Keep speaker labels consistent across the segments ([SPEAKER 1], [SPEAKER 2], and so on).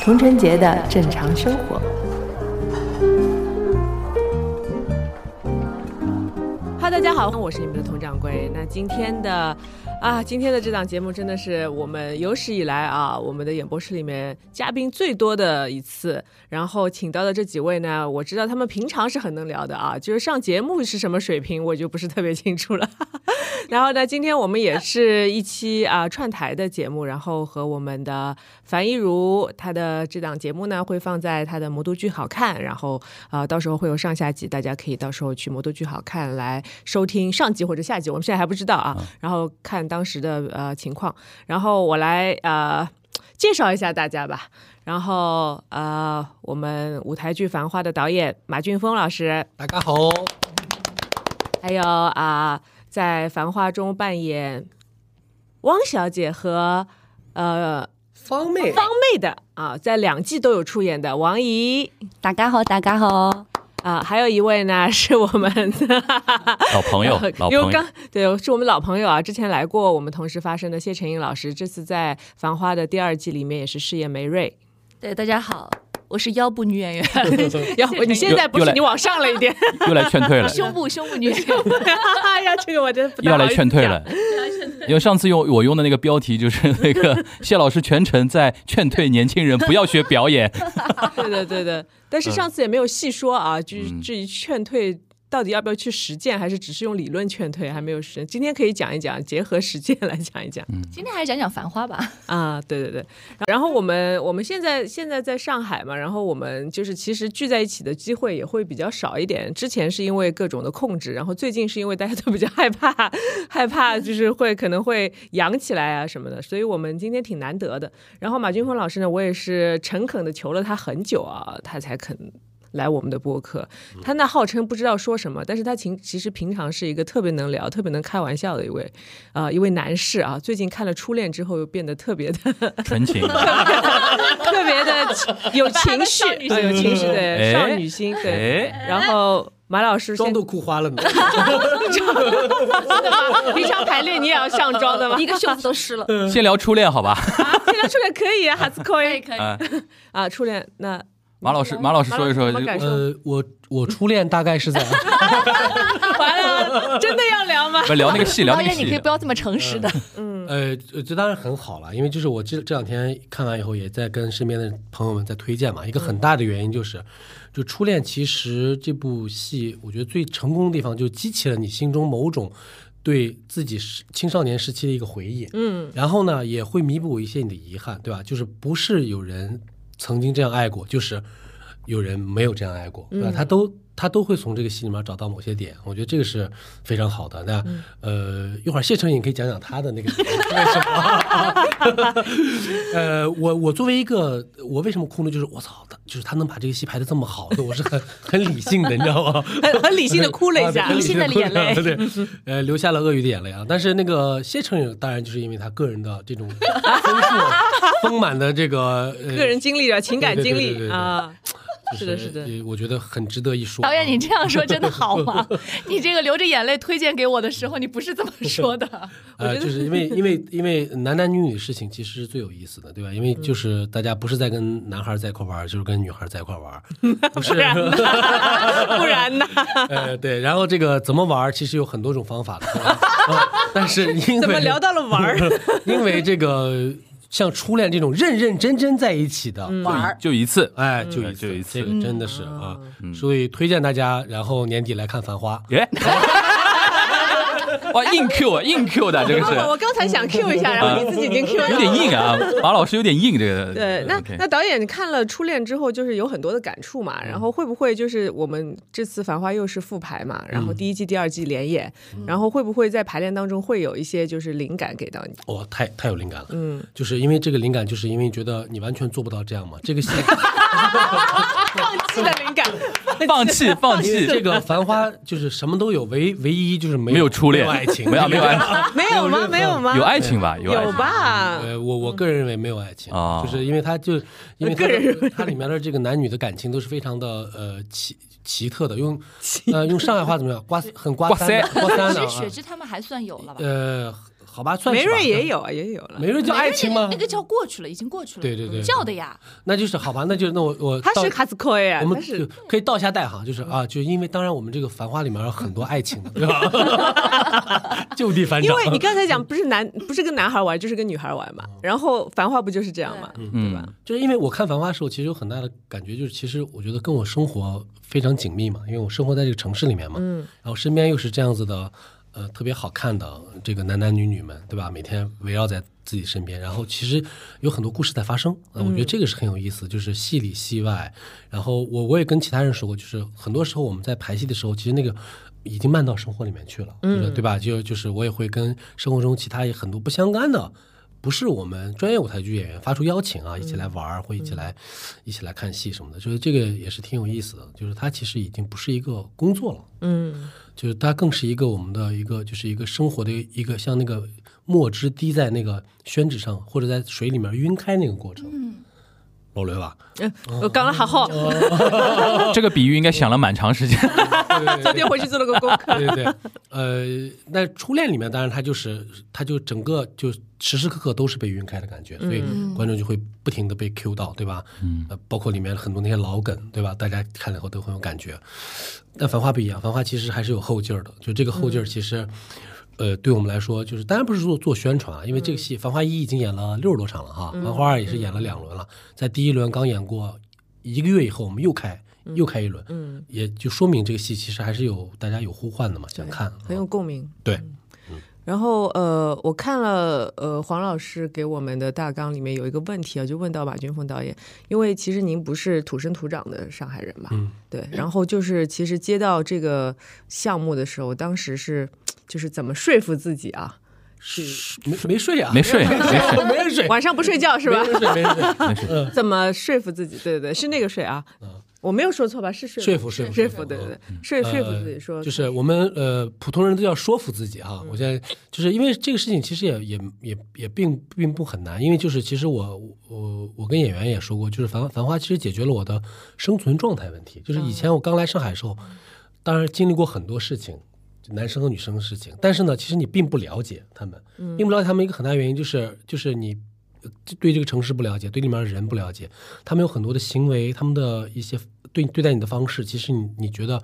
[SPEAKER 1] 童晨杰的正常生活。
[SPEAKER 2] 哈，大家好，我是你们的佟掌柜。那今天的啊，今天的这档节目真的是我们有史以来啊，我们的演播室里面嘉宾最多的一次。然后请到的这几位呢，我知道他们平常是很能聊的啊，就是上节目是什么水平，我就不是特别清楚了。然后呢，今天我们也是一期啊串台的节目，然后和我们的呃樊一茹，她的这档节目呢会放在她的魔都剧好看，然后啊、呃到时候会有上下集，大家可以到时候去魔都剧好看来收听上集或者下集，我们现在还不知道啊，然后看当时的呃情况，然后我来呃介绍一下大家吧。然后，呃，我们舞台剧《繁花》的导演马俊峰老师，
[SPEAKER 3] 大家好，
[SPEAKER 2] 还有啊、在《繁花》中扮演汪小姐和呃
[SPEAKER 3] 方妹，
[SPEAKER 2] 方妹的啊，在两季都有出演的王怡
[SPEAKER 4] 大家好，大家好，
[SPEAKER 2] 啊，还有一位呢是我们，
[SPEAKER 5] 老朋友 老
[SPEAKER 2] 因为
[SPEAKER 5] 朋友
[SPEAKER 2] 刚，对，是我们老朋友啊，之前来过我们同时发生的谢晨英老师，这次在《繁花》的第二季里面也是饰演梅 瑞。
[SPEAKER 4] 对大家好，我是腰部女演员，
[SPEAKER 2] 要不你现在不
[SPEAKER 5] 又
[SPEAKER 2] 是
[SPEAKER 5] 来
[SPEAKER 2] 你往上了一点，
[SPEAKER 5] 又来劝退 了，
[SPEAKER 4] 胸部胸部女演员，
[SPEAKER 2] 哎呀，这个我真的不
[SPEAKER 5] 又
[SPEAKER 2] 太
[SPEAKER 5] 要来
[SPEAKER 2] 好意思
[SPEAKER 5] 劝退
[SPEAKER 2] 讲
[SPEAKER 5] 了。因为上次用我用的那个标题就是那个谢老师全程在劝退年轻人不要学表演，
[SPEAKER 2] 对的，对的。但是上次也没有细说啊，就是
[SPEAKER 5] 嗯
[SPEAKER 2] 至于劝退到底要不要去实践，还是只是用理论劝退，还没有实践。今天可以讲一讲，结合实践来讲一讲
[SPEAKER 4] 今天还是讲讲《繁花》 吧。
[SPEAKER 2] 啊，对对对。然后我们我们现在现在在上海嘛，然后我们就是其实聚在一起的机会也会比较少一点。之前是因为各种的控制，然后最近是因为大家都比较害怕，害怕就是会可能会痒起来啊什么的，所以我们今天挺难得的。然后马俊峰老师呢，我也是诚恳的求了他很久啊，他才肯。来我们的播客，他那号称不知道说什么，但是他其其实平常是一个特别能聊、特别能开玩笑的一位，啊、一位男士啊。最近看了《初恋》之后，又变得特别的、
[SPEAKER 5] 纯情。
[SPEAKER 2] 特别的有情绪，啊有情绪对
[SPEAKER 5] 哎
[SPEAKER 2] 少女心对。
[SPEAKER 5] 哎，
[SPEAKER 2] 然后马老师
[SPEAKER 3] 妆
[SPEAKER 2] 先
[SPEAKER 3] 都哭花了呢。
[SPEAKER 2] 平常排练你也要上妆的吗？
[SPEAKER 4] 一个袖子都湿 了，
[SPEAKER 5] 先聊初恋好吧？
[SPEAKER 2] 现在初恋可以啊，哈斯可以
[SPEAKER 4] 可以
[SPEAKER 5] 啊，
[SPEAKER 2] 啊，初恋那
[SPEAKER 5] 马老师，马老师说一说
[SPEAKER 2] 马老师怎，么感受
[SPEAKER 3] 呃，我我初恋大概是在
[SPEAKER 2] 完了，真的要聊吗？
[SPEAKER 5] 不聊那个 戏，聊
[SPEAKER 4] 导
[SPEAKER 5] 那个
[SPEAKER 4] 演你可以
[SPEAKER 5] 戏
[SPEAKER 4] 不。要这么诚实的，
[SPEAKER 3] 呃，这当然很好了，因为就是我这这两天看完以后，也在跟身边的朋友们在推荐嘛。一个很大的原因就是，就初恋其实这部戏，我觉得最成功的地方就激起了你心中某种对自己时青少年时期的一个回忆。
[SPEAKER 2] 嗯，
[SPEAKER 3] 然后呢，也会弥补一些你的遗憾，对吧？就是不是有人曾经这样爱过，就是有人没有这样爱过，对吧？他都他都会从这个戏里面找到某些点，我觉得这个是非常好的。那、呃，一会儿谢成颖可以讲讲他的那个为什么？ 呃，我我作为一个我为什么哭呢？就是我操，他就是他能把这个戏拍的这么好，对我是很 很理性的，你知道吗？
[SPEAKER 2] 很很理性的哭了一下
[SPEAKER 3] 啊，对
[SPEAKER 4] 理性地流眼
[SPEAKER 3] 对，呃，流下了鳄鱼的眼泪啊。但是那个谢成颖，当然就是因为他个人的这种丰 富、丰满的这个呃
[SPEAKER 2] 个人经历啊，情感经
[SPEAKER 3] 对对对对
[SPEAKER 2] 历
[SPEAKER 3] 对
[SPEAKER 2] 啊，
[SPEAKER 3] 就是
[SPEAKER 2] 的是的
[SPEAKER 3] 也我觉得很值得一说啊。
[SPEAKER 4] 导演你这样说真的好吗？你这个流着眼泪推荐给我的时候，你不是这么说的。
[SPEAKER 3] 呃，就是因为因为因为男男女女的事情其实是最有意思的，对吧？因为
[SPEAKER 2] 嗯
[SPEAKER 3] 就是大家不是在跟男孩在一块玩，就是跟女孩在一 块玩，不是？
[SPEAKER 2] 不然呢？
[SPEAKER 3] 呃，对。然后这个怎么玩，其实有很多种方法的， 对吧啊但是因为
[SPEAKER 2] 怎么聊到了玩儿？
[SPEAKER 3] 因为这个像初恋这种认认真真在一起的，
[SPEAKER 4] 玩
[SPEAKER 5] 就一次，
[SPEAKER 3] 哎，就一
[SPEAKER 5] 嗯就一次
[SPEAKER 3] 次，
[SPEAKER 5] 嗯
[SPEAKER 3] 这个真的是啊，所以推荐大家，然后年底来看《繁花》。
[SPEAKER 5] 耶！ 哇，硬 Q 啊，硬 Q 的这个
[SPEAKER 2] 我
[SPEAKER 5] 是
[SPEAKER 2] 我刚才想 Q 一下，然后你自己已经 Q 了，
[SPEAKER 5] 有点硬啊，马老师有点硬这个。
[SPEAKER 2] 对，那
[SPEAKER 5] OK
[SPEAKER 2] 那导演看了《初恋》之后，就是有很多的感触
[SPEAKER 3] 嗯
[SPEAKER 2] 嘛。然后会不会就是我们这次《繁花》又是复排嘛？然
[SPEAKER 3] 嗯
[SPEAKER 2] 后第一季、第二季连演，然后会不会在排练当中会有一些就是灵感给到你？
[SPEAKER 3] 哦，太太有灵感了，嗯，就是因为这个灵感，就是因为觉得你完全做不到这样嘛，这个戏，
[SPEAKER 2] 放弃的 灵感，
[SPEAKER 5] 放弃，放
[SPEAKER 3] 因为
[SPEAKER 5] 弃，
[SPEAKER 3] 这个《繁花》就是什么都有，唯唯一就是没
[SPEAKER 5] 没有初恋，
[SPEAKER 3] 没有爱情，
[SPEAKER 5] 没有没有爱情，
[SPEAKER 2] 没有吗？没有吗？
[SPEAKER 5] 有爱情吧？有爱
[SPEAKER 2] 有
[SPEAKER 5] 情。
[SPEAKER 2] 吧？
[SPEAKER 3] 呃，我我个人认为没有爱情，
[SPEAKER 5] 哦
[SPEAKER 3] 就是因为它就因为它
[SPEAKER 2] 个人认为
[SPEAKER 3] 的它里面的这个男女的感情都是非常的呃奇奇特 的，用呃用上海话怎么样？瓜很瓜
[SPEAKER 5] 瓜
[SPEAKER 3] 三的
[SPEAKER 5] 塞
[SPEAKER 3] 瓜三的
[SPEAKER 4] 其实雪
[SPEAKER 3] 啊，
[SPEAKER 4] 之他们还算有了吧？
[SPEAKER 3] 呃，好吧，算
[SPEAKER 2] 梅
[SPEAKER 3] 是吧
[SPEAKER 2] 瑞也，有啊，也有了。
[SPEAKER 3] 梅瑞叫爱情吗
[SPEAKER 4] 那个？那个叫过去了，已经过去了。
[SPEAKER 3] 对对啊对
[SPEAKER 4] 叫的呀，
[SPEAKER 3] 那就是好吧，那就是那我我
[SPEAKER 2] 他
[SPEAKER 3] 到
[SPEAKER 2] 是卡斯科耶啊
[SPEAKER 3] 我，
[SPEAKER 2] 他
[SPEAKER 3] 们就是可以倒下带哈，就是啊，就因为当然我们这个《繁花》里面有很多爱情的，对吧？ 就地反
[SPEAKER 2] 因
[SPEAKER 3] 掌，
[SPEAKER 2] 为你刚才
[SPEAKER 3] 嗯
[SPEAKER 2] 讲不是男不是跟男孩玩就是跟女孩玩嘛，然后繁花不就是这样嘛，
[SPEAKER 5] 嗯
[SPEAKER 2] 对吧？
[SPEAKER 3] 就是因为我看《繁花》的时候，其实有很大的感觉，就是其实我觉得跟我生活非常紧密嘛，因为我生活在这个城市里面嘛，嗯，然后身边又是这样子的，呃，特别好看的这个男男女女们，对吧？每天围绕在自己身边，然后其实有很多故事在发生，呃我觉得这个是很有意思，就是戏里戏外。然后我我也跟其他人说过，就是很多时候我们在排戏的时候，其实那个。已经漫到生活里面去了，就是对吧？就就是我也会跟生活中其他也很多不相干的不是我们专业舞台剧演员发出邀请啊，一起来玩儿或一起来、一起来看戏什么的，就是这个也是挺有意思的。就是它其实已经不是一个工作了，
[SPEAKER 2] 嗯，
[SPEAKER 3] 就是它更是一个我们的一个就是一个生活的一个像那个墨汁滴在那个宣纸上或者在水里面晕开那个过程。嗯，老雷吧，
[SPEAKER 2] 我讲了好好，
[SPEAKER 3] 嗯
[SPEAKER 5] 这个比喻应该想了蛮 长时间。
[SPEAKER 2] 早点回去做了个功课。
[SPEAKER 3] 对对对，呃，那初恋里面当然它就是它就整个就时时刻刻都是被晕开的感觉，所以观众就会不停的被 Q 到，对吧？嗯，呃，包括里面很多那些老梗，对吧？大家看了以后都很有感觉。但繁花不一样，繁花其实还是有后劲儿的，就这个后
[SPEAKER 2] 嗯
[SPEAKER 3] 劲儿其实。呃，对我们来说，就是当然不是说做宣传啊，因为
[SPEAKER 2] 嗯
[SPEAKER 3] 这个戏《繁花一》已经演了六十多场了哈，繁花二》也是演了两轮了，在第一轮刚演过一个月以后，我们又开又开一轮，
[SPEAKER 2] 嗯，
[SPEAKER 3] 也就说明这个戏其实还是有大家有呼唤的嘛，想看啊
[SPEAKER 2] 很有共鸣。
[SPEAKER 3] 对，
[SPEAKER 2] 然后呃，我看了呃黄老师给我们的大纲里面有一个问题啊，就问到马俊峰导演，因为其实您不是土生土长的上海人嘛，
[SPEAKER 3] 嗯
[SPEAKER 2] 对，然后就是其实接到这个项目的时候，当时是就是怎么说服自己啊，
[SPEAKER 3] 是没没睡啊，
[SPEAKER 5] 没睡，没睡，
[SPEAKER 3] 没人睡，
[SPEAKER 2] 晚上不睡觉是吧
[SPEAKER 3] 哎没？人睡，没人睡，
[SPEAKER 5] 没睡。
[SPEAKER 2] 怎么说服自己？对对对，是那个睡啊，我没有说错吧？是睡
[SPEAKER 3] 嗯说服说服
[SPEAKER 2] 说服，对对对，说说服
[SPEAKER 3] 呃
[SPEAKER 2] 自己说
[SPEAKER 3] 就是我们呃普通人都要说服自己哈、我现在就是因为这个事情，其实也也也也并并不很难，因为就是其实我我我跟演员也说过，就是繁《繁花》其实解决了我的生存状态问题。就是以前我刚来上海的时候，当然经历过很多事情，就男生和女生的事情，但是呢，其实你并不了解他们，并不了解他们一个很大原因就是就是你呃对这个城市不了解，对里面的人不了解，他们有很多的行为，他们的一些对对待你的方式，其实你你觉得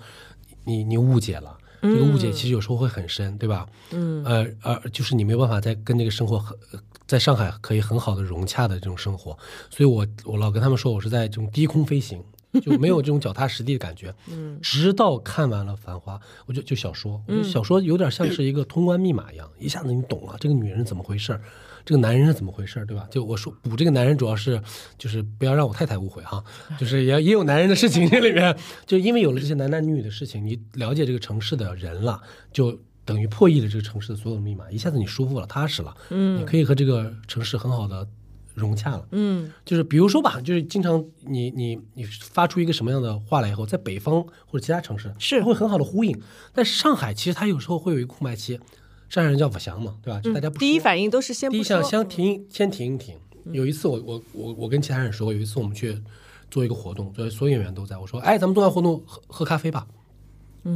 [SPEAKER 3] 你你误解了。这个误解其实有时候会很深，对吧？嗯，呃，而就是你没有办法在跟这个生活很，呃在上海可以很好的融洽的这种生活，所以我我老跟他们说，我是在这种低空飞 行，就没有这种脚踏实地的感觉。嗯，直到看完了《繁花》，我就就小说，我觉得小说有点像是一个通关密码一样，一下子你懂了这个女人是怎么回事儿，这个男人是怎么回事儿，对吧？就我说补这个男人主要是就是不要让我太太误会哈，就是也也有男人的事情这里面，就因为有了这些男男女女的事情，你了解这个城市的人了，就等于破译了这个城市的所有的密码，一下子你舒服了，踏实了，嗯，你可以和这个城市很好的融洽了，嗯，就是比如说吧，就是经常你你你发出一个什么样的话来以后，在北方或者其他城市
[SPEAKER 2] 是
[SPEAKER 3] 它会很好的呼应，但上海其实它有时候会有一个空白期，上海人叫不祥嘛，对吧？就大家不说、
[SPEAKER 2] 嗯第一反应都是先
[SPEAKER 3] 第
[SPEAKER 2] 不
[SPEAKER 3] 一想
[SPEAKER 2] 说，嗯
[SPEAKER 3] 先停，先停一停。有一次我我我我跟其他人说过，有一次我们去做一个活动，所所有演员都在，我说哎，咱们做完活动喝喝咖啡吧，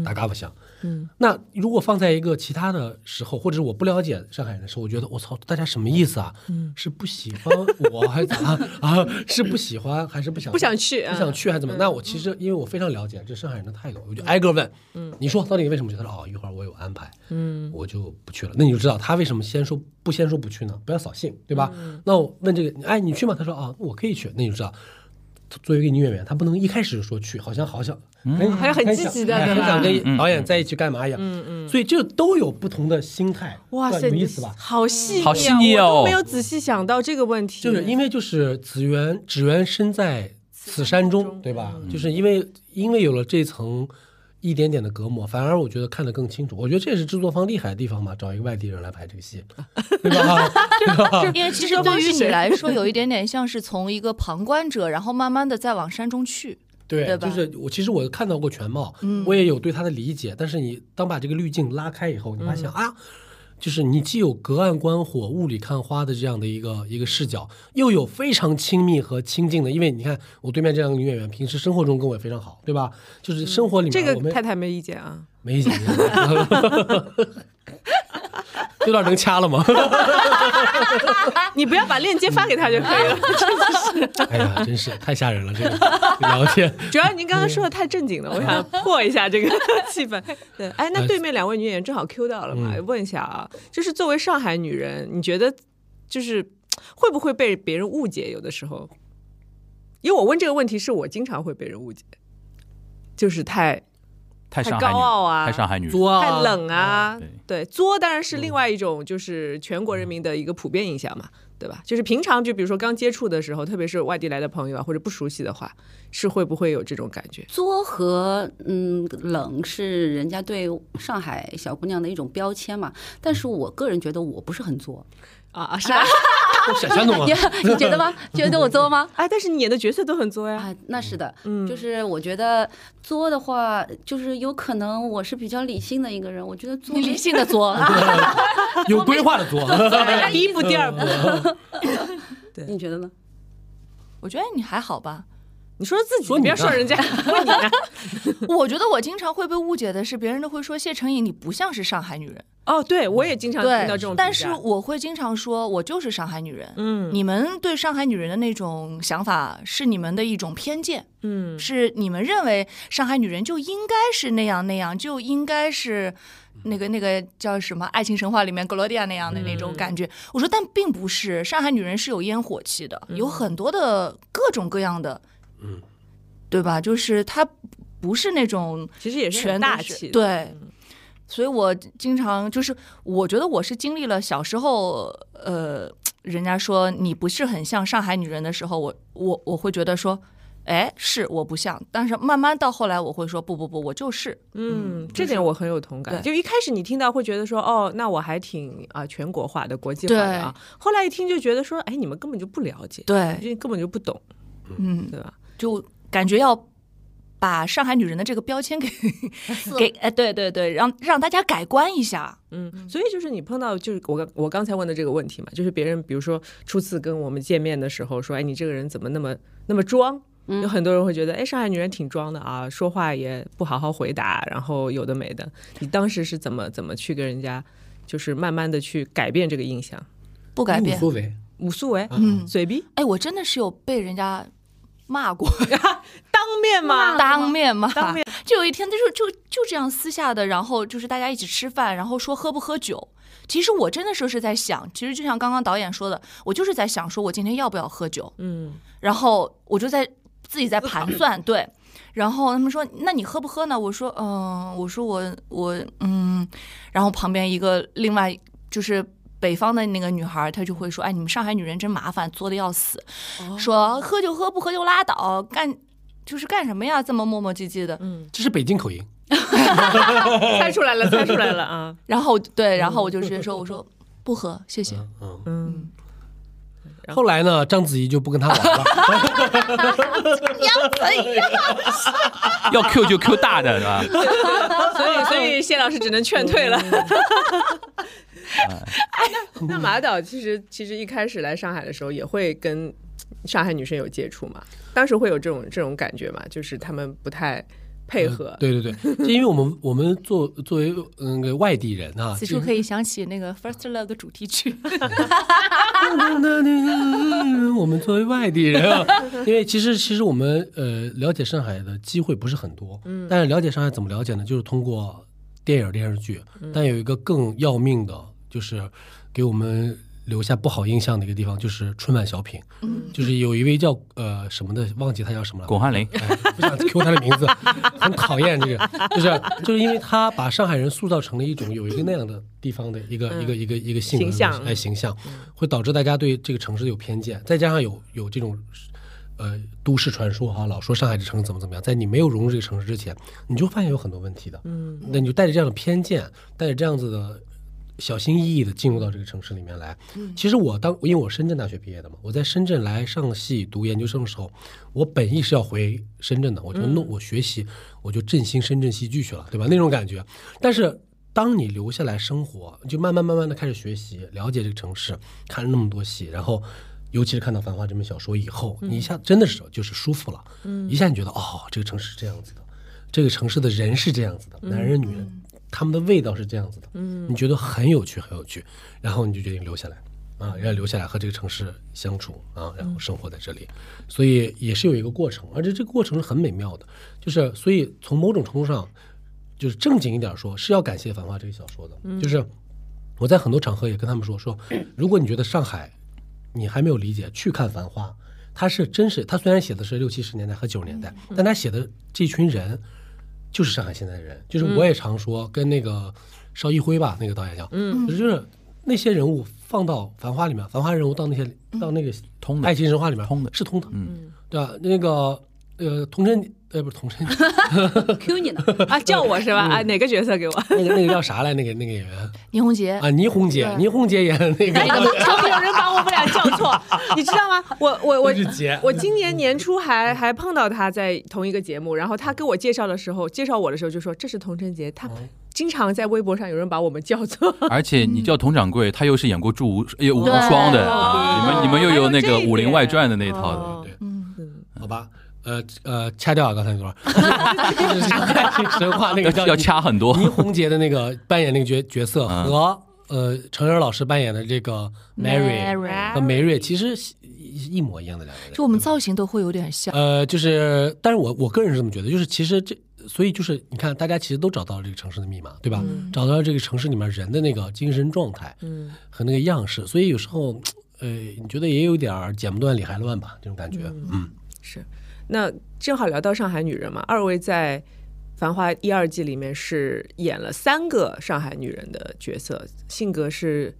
[SPEAKER 3] 大家不想。嗯，那如果放在一个其他的时候，或者是我不了解上海人的时候，我觉得我操，大家什么意思啊？是不喜欢我还是咋 啊？是不喜欢还是不想
[SPEAKER 2] 不想去
[SPEAKER 3] 不想去还是怎么？那我其实因为我非常了解这上海人的态度，我就挨个问，嗯，你说到底为什么去？他说哦，一会儿我有安排，嗯，我就不去了。那你就知道他为什么先说不先说不去呢？不要扫兴，对吧？那我问这个，哎，你去吗？他说啊，我可以去。那你就知道。作为一个女演员，她不能一开始就说去，好像好像哎很
[SPEAKER 2] 还有很积极的
[SPEAKER 3] 很
[SPEAKER 2] 对
[SPEAKER 3] 想
[SPEAKER 2] 吧
[SPEAKER 3] 很想跟导演在一起干嘛一样。嗯嗯，所以这都有不同的心态，
[SPEAKER 2] 哇塞，
[SPEAKER 3] 有
[SPEAKER 2] 你
[SPEAKER 3] 意思吧？
[SPEAKER 2] 好细腻啊，
[SPEAKER 5] 好细腻哦
[SPEAKER 2] 我都没有仔细想到这个问题，
[SPEAKER 3] 就是因为就是子源，只缘身在此山中，对吧？就是因为因为有了这层一点点的隔膜，反而我觉得看得更清楚。我觉得这也是制作方厉害的地方嘛，找一个外地人来拍这个戏，对吧？啊对吧？
[SPEAKER 4] 因为其
[SPEAKER 2] 这
[SPEAKER 4] 实
[SPEAKER 2] 个方
[SPEAKER 4] 对于
[SPEAKER 2] 是
[SPEAKER 4] 你
[SPEAKER 2] 谁
[SPEAKER 4] 来说，有一点点像是从一个旁观者，然后慢慢的再往山中去。对
[SPEAKER 3] 对，
[SPEAKER 4] 吧
[SPEAKER 3] 就是我其实我看到过全貌，
[SPEAKER 2] 嗯
[SPEAKER 3] 我也有对他的理解，但是你当把这个滤镜拉开以后，你发
[SPEAKER 2] 嗯
[SPEAKER 3] 现啊。就是你既有隔岸观火、雾里看花的这样的一个一个视角，又有非常亲密和亲近的，因为你看我对面这样的女演员，平时生活中跟我也非常好，对吧？就是生活里面
[SPEAKER 2] 嗯
[SPEAKER 5] 啊
[SPEAKER 2] 这
[SPEAKER 3] 我
[SPEAKER 2] 个
[SPEAKER 3] 们
[SPEAKER 2] 太太没意见啊。
[SPEAKER 3] 没意见， 有点能掐了吗？
[SPEAKER 2] 你不要把链接发给他就可以了。
[SPEAKER 3] 哎呀，真是太吓人了，这个聊 天。
[SPEAKER 2] 主要您刚刚说的太正经了，我想破一下这个 气氛。对，哎，
[SPEAKER 5] 呃
[SPEAKER 2] 那对面两位女演员正好 Q 到了
[SPEAKER 5] 嗯
[SPEAKER 2] 嘛，问一下啊，就是作为上海女人，你觉得就是会不会被别人误解？有的时候，因为我问这个问题，是我经常会被人误解，就是太
[SPEAKER 5] 太
[SPEAKER 2] 太
[SPEAKER 5] 上海女
[SPEAKER 2] 高傲
[SPEAKER 5] 人，
[SPEAKER 2] 啊
[SPEAKER 5] 太上海女人，
[SPEAKER 3] 作啊
[SPEAKER 2] 太冷啊，对，作当然是
[SPEAKER 3] 嗯
[SPEAKER 2] 另外一种，就是全国人民的一个普遍印象嘛，对吧？就是平常就比如说刚接触的时候，特别是外地来的朋友啊，或者不熟悉的话，是会不会有这种感觉？
[SPEAKER 6] 作和嗯冷是人家对上海小姑娘的一种标签嘛，但是我个人觉得我不是 很作，
[SPEAKER 2] 啊啊，是吧？
[SPEAKER 3] 想象 懂吗
[SPEAKER 6] 你？你觉得吗？觉得我作吗？
[SPEAKER 2] 哎，但是你演的角色都很作呀。
[SPEAKER 6] 啊，那是的，
[SPEAKER 2] 嗯
[SPEAKER 6] 就是我觉得作的话，就是有可能我是比较理性的一个人，我觉得作
[SPEAKER 4] 你理性的啊作，
[SPEAKER 3] 有规划的作，
[SPEAKER 4] 啊
[SPEAKER 2] 第一步、第二步，
[SPEAKER 3] 嗯
[SPEAKER 6] 你觉 得呢？
[SPEAKER 4] 我觉得你还好吧。
[SPEAKER 2] 你说自己，
[SPEAKER 3] 说
[SPEAKER 2] 不
[SPEAKER 3] 你啊
[SPEAKER 2] 要
[SPEAKER 3] 呢
[SPEAKER 2] 说人家，问你啊 呢？
[SPEAKER 4] 我觉得我经常会被误解的是，别人都会说谢成颖你不像是上海女人，
[SPEAKER 2] 哦，对我也经常听
[SPEAKER 4] 对
[SPEAKER 2] 到这种评价，
[SPEAKER 4] 但是我会经常说我就是上海女人。
[SPEAKER 2] 嗯
[SPEAKER 4] 你们对上海女人的那种想法是你们的一种偏见，
[SPEAKER 2] 嗯，
[SPEAKER 4] 是你们认为上海女人就应该是那样那样，就应该是那个那个叫什么《爱情神话》里面格罗蒂亚那样的那种感觉。我说，但并不是，上海女人是有烟火气的，有很多的各种各样的，
[SPEAKER 3] 嗯，
[SPEAKER 4] 对吧？就是她不是那种
[SPEAKER 2] 其实也是
[SPEAKER 4] 全
[SPEAKER 2] 很
[SPEAKER 4] 都
[SPEAKER 2] 大
[SPEAKER 4] 是
[SPEAKER 2] 气的，嗯
[SPEAKER 4] 对。所以我经常就是，我觉得我是经历了小时候，呃，人家说你不是很像上海女人的时候，我我我会觉得说，哎，是我不像。但是慢慢到后来，我会说不不不，我就是。
[SPEAKER 2] 嗯，这点我很有同感。
[SPEAKER 4] 对
[SPEAKER 2] 就一开始你听到会觉得说，哦，那我还挺啊全国化的、国际化的啊。后来一听就觉得说，哎，你们根本就不了解，
[SPEAKER 4] 对，
[SPEAKER 2] 就根本就不懂，
[SPEAKER 4] 嗯，
[SPEAKER 2] 对吧？
[SPEAKER 4] 就感觉要把上海女人的这个标签给给，哎，对对对，让让大家改观一下。
[SPEAKER 2] 嗯，所以就是你碰到就是我刚我刚才问的这个问题嘛，就是别人比如说初次跟我们见面的时候说，哎，你这个人怎么那么那么装？
[SPEAKER 4] 嗯
[SPEAKER 2] 有很多人会觉得，哎，上海女人挺装的啊，说话也不好好回答，然后有的没的。你当时是怎么怎么去跟人家，就是慢慢的去改变这个印象？
[SPEAKER 4] 不改变
[SPEAKER 3] 无所，谓。
[SPEAKER 2] 无所谓，
[SPEAKER 4] 嗯
[SPEAKER 2] 嘴逼，
[SPEAKER 4] 哎，我真的是有被人家骂过，
[SPEAKER 2] 当面嘛，
[SPEAKER 4] 当面骂，
[SPEAKER 2] 当面。
[SPEAKER 4] 就有一天，就是就就这样私下的，然后就是大家一起吃饭，然后说喝不喝酒。其实我真的时候是在想，其实就像刚刚导演说的，我就是在想，说我今天要不要喝酒。
[SPEAKER 2] 嗯。
[SPEAKER 4] 然后我就在自己在盘 算，对。然后他们说：“那你喝不喝呢？”我说：“嗯、我说我我嗯。”然后旁边一个另外就是北方的那个女孩，她就会说：“哎，你们上海女人真麻烦，作的要死，
[SPEAKER 3] 哦
[SPEAKER 4] 说喝就喝，不喝就拉倒，干就是干什么呀？这么磨磨唧唧的。”
[SPEAKER 3] 这是北京口音，
[SPEAKER 2] 猜出 来了，猜出来了啊！
[SPEAKER 4] 然后对，然后我就直接说：“我说不喝，谢谢。
[SPEAKER 3] 嗯。
[SPEAKER 2] 嗯，
[SPEAKER 3] 后来呢，章子怡就不跟他玩 了，
[SPEAKER 4] 哎
[SPEAKER 2] 啊
[SPEAKER 5] 要 Q 就 Q 大的，是吧？
[SPEAKER 2] 哦所以所以谢老师只能劝退了。哎，嗯那那马导其实其实一开始来上海的时候也会跟上海女生有接触嘛，当时会有这种这种感觉嘛，就是他们不太配合。
[SPEAKER 3] 对对对，就因为我们我们作作为嗯个外地人啊，
[SPEAKER 4] 此处可以想起那个《First Love》的主题 曲，
[SPEAKER 3] 我们作为外地人 啊，因为其实其实我们呃了解上海的机会不是很多，嗯，但是了解上海怎么了解呢？就是通过电影电视剧，但有一个更要命的，就是给我们留下不好印象的一个地方，就是春晚小品，嗯，就是有一位叫呃什么的，忘记他叫什么了，
[SPEAKER 5] 巩汉林，
[SPEAKER 3] 哎 不想 Q 他的名字，很讨厌这个，就是就是因为他把上海人塑造成了一种有一个那样的地方的一个、一个一个一个性格
[SPEAKER 2] 嗯形象嗯
[SPEAKER 3] 哎形象，会导致大家对这个城市有偏见，再加上有有这种。呃都市传说哈，老说上海这城市怎么怎么样，在你没有融入这个城市之前，你就发现有很多问题的。嗯，那你就带着这样的偏见，带着这样子的小心翼翼的进入到这个城市里面来。其实我当因为我深圳大学毕业的嘛，我在深圳来上戏读研究生的时候，我本意是要回深圳的，我就弄、我学习，我就振兴深圳戏剧去了，对吧？那种感觉。但是当你留下来生活，就慢慢慢慢的开始学习，了解这个城市，看了那么多戏，然后。尤其是看到《繁花》这本小说以后，你一下真的是就是舒服了，一下你觉得哦，这个城市是这样子的，这个城市的人是这样子的，男人女人，他们的味道是这样子的，你觉得很有趣，很有趣，然后你就决定留下来，啊，要留下来和这个城市相处啊，然后生活在这里，所以也是有一个过程，而且这个过程是很美妙的，就是所以从某种程度上，就是正经一点说，是要感谢《繁花》这个小说的，就是我在很多场合也跟他们说说，如果你觉得上海你还没有理解，去看《繁花》，他是真是他虽然写的是六七十年代和九十年
[SPEAKER 2] 嗯
[SPEAKER 3] 代，但他写的这群人就是上海现在的人，就是
[SPEAKER 2] 嗯
[SPEAKER 3] 我也常说跟那个邵艺辉吧，那个导演叫，嗯，就是那些人物放到《繁花》里面，《繁花》人物到那些到那个
[SPEAKER 5] 通的
[SPEAKER 3] 爱情神话里面
[SPEAKER 5] 通的
[SPEAKER 3] 是通的，嗯，对吧？那个呃，童真呃不是童真，
[SPEAKER 6] ，Q 你呢？
[SPEAKER 2] 啊，叫我是吧？啊，哪个角色给我？
[SPEAKER 3] 那个那个叫啥来？那个那个演员
[SPEAKER 4] 倪虹洁
[SPEAKER 3] 啊，倪虹洁，倪虹洁演那
[SPEAKER 2] 哎
[SPEAKER 3] 个
[SPEAKER 2] 常有人把我们俩叫错，你知道吗？我我我
[SPEAKER 3] 日结
[SPEAKER 2] 我今年年初还还碰到他在同一个节目，然后他跟我介绍的时候，介绍我的时候就说这是童晨杰，他
[SPEAKER 5] 哦
[SPEAKER 2] 经常在微博上有人把我们叫错。
[SPEAKER 5] 而且你叫佟掌柜，他又是演过《祝无
[SPEAKER 2] 嗯
[SPEAKER 5] 呃无双》的，你们你们又 有那个《武林外传》的那一套
[SPEAKER 2] 哦
[SPEAKER 5] 的，
[SPEAKER 3] 对，好吧，呃呃，掐掉啊，刚才那 段儿，就是这个神话那个叫
[SPEAKER 5] 要要掐很 多。
[SPEAKER 3] 倪虹洁的那个扮演那个角角色和呃程仁老师扮演的这个 Mary 和梅瑞其实是一一模一样的两个人，
[SPEAKER 4] 就我们造型都会有点
[SPEAKER 2] 嗯
[SPEAKER 4] 像，
[SPEAKER 3] 呃，就是，但是我我个人是这么觉得，就是其实这，所以就是你看，大家其实都找到了这个城市的密码，对吧？
[SPEAKER 2] 嗯
[SPEAKER 3] 找到了这个城市里面人的那个精神状态，嗯，和那个样式，所以有时候，呃，你觉得也有点儿剪不断理还乱吧，这种感觉， 嗯，
[SPEAKER 2] 是，那正好聊到上海女人嘛，二位在《繁花》一二季里面是演了三个上海女人的角色，性格是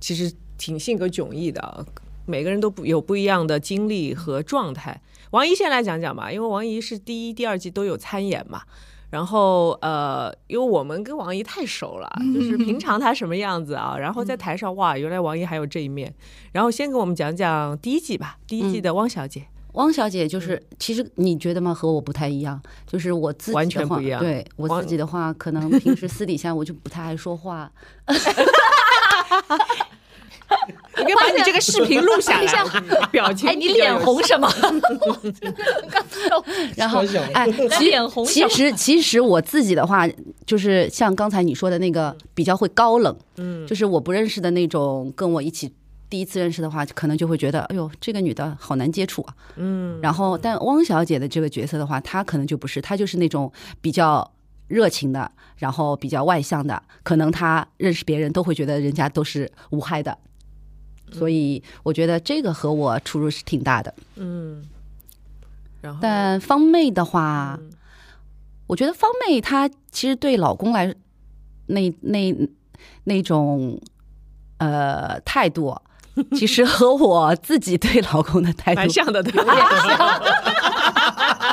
[SPEAKER 2] 其实挺性格迥异的啊，每个人都不有不一样的经历和状态。王怡先来讲讲吧，因为王怡是第一、第二季都有参演嘛。然后呃，因为我们跟王怡太熟了，就是平常她什么样子啊，然后在台上哇，原来王怡还有这一面。然后先给我们讲讲第一季吧，第一季的汪小姐。
[SPEAKER 6] 汪小姐就是，其实你觉得吗？和我不太一样，就是我自己的话
[SPEAKER 2] 完全不一样
[SPEAKER 6] 对我
[SPEAKER 2] 汪
[SPEAKER 6] 自己的话，可能平时私底下我就不太爱说话，
[SPEAKER 2] 我可以把你这个视频录下来，我跟你说表情。
[SPEAKER 4] 哎，你脸红什 么？
[SPEAKER 6] 然后
[SPEAKER 3] 小
[SPEAKER 6] 哎，其
[SPEAKER 4] 脸红
[SPEAKER 6] 其实其实我自己的话，就是像刚才你说的那个比较会高冷，嗯，就是我不认识的那种，跟我一起第一次认识的话，可能就会觉得，哎呦，这个女的好难接触啊，嗯。然后，但汪小姐的这个角色的话，她可能就不是，她就是那种比较。热情的，然后比较外向的，可能她认识别人都会觉得人家都是无害的，所以我觉得这个和我出入是挺大的。
[SPEAKER 2] 嗯，然后
[SPEAKER 6] 但啊方妹的
[SPEAKER 2] 嗯
[SPEAKER 6] 话，我觉得方妹她其实对老公来那那那种呃态度，其实和我自己对老公的态度
[SPEAKER 2] 蛮像的，对吧？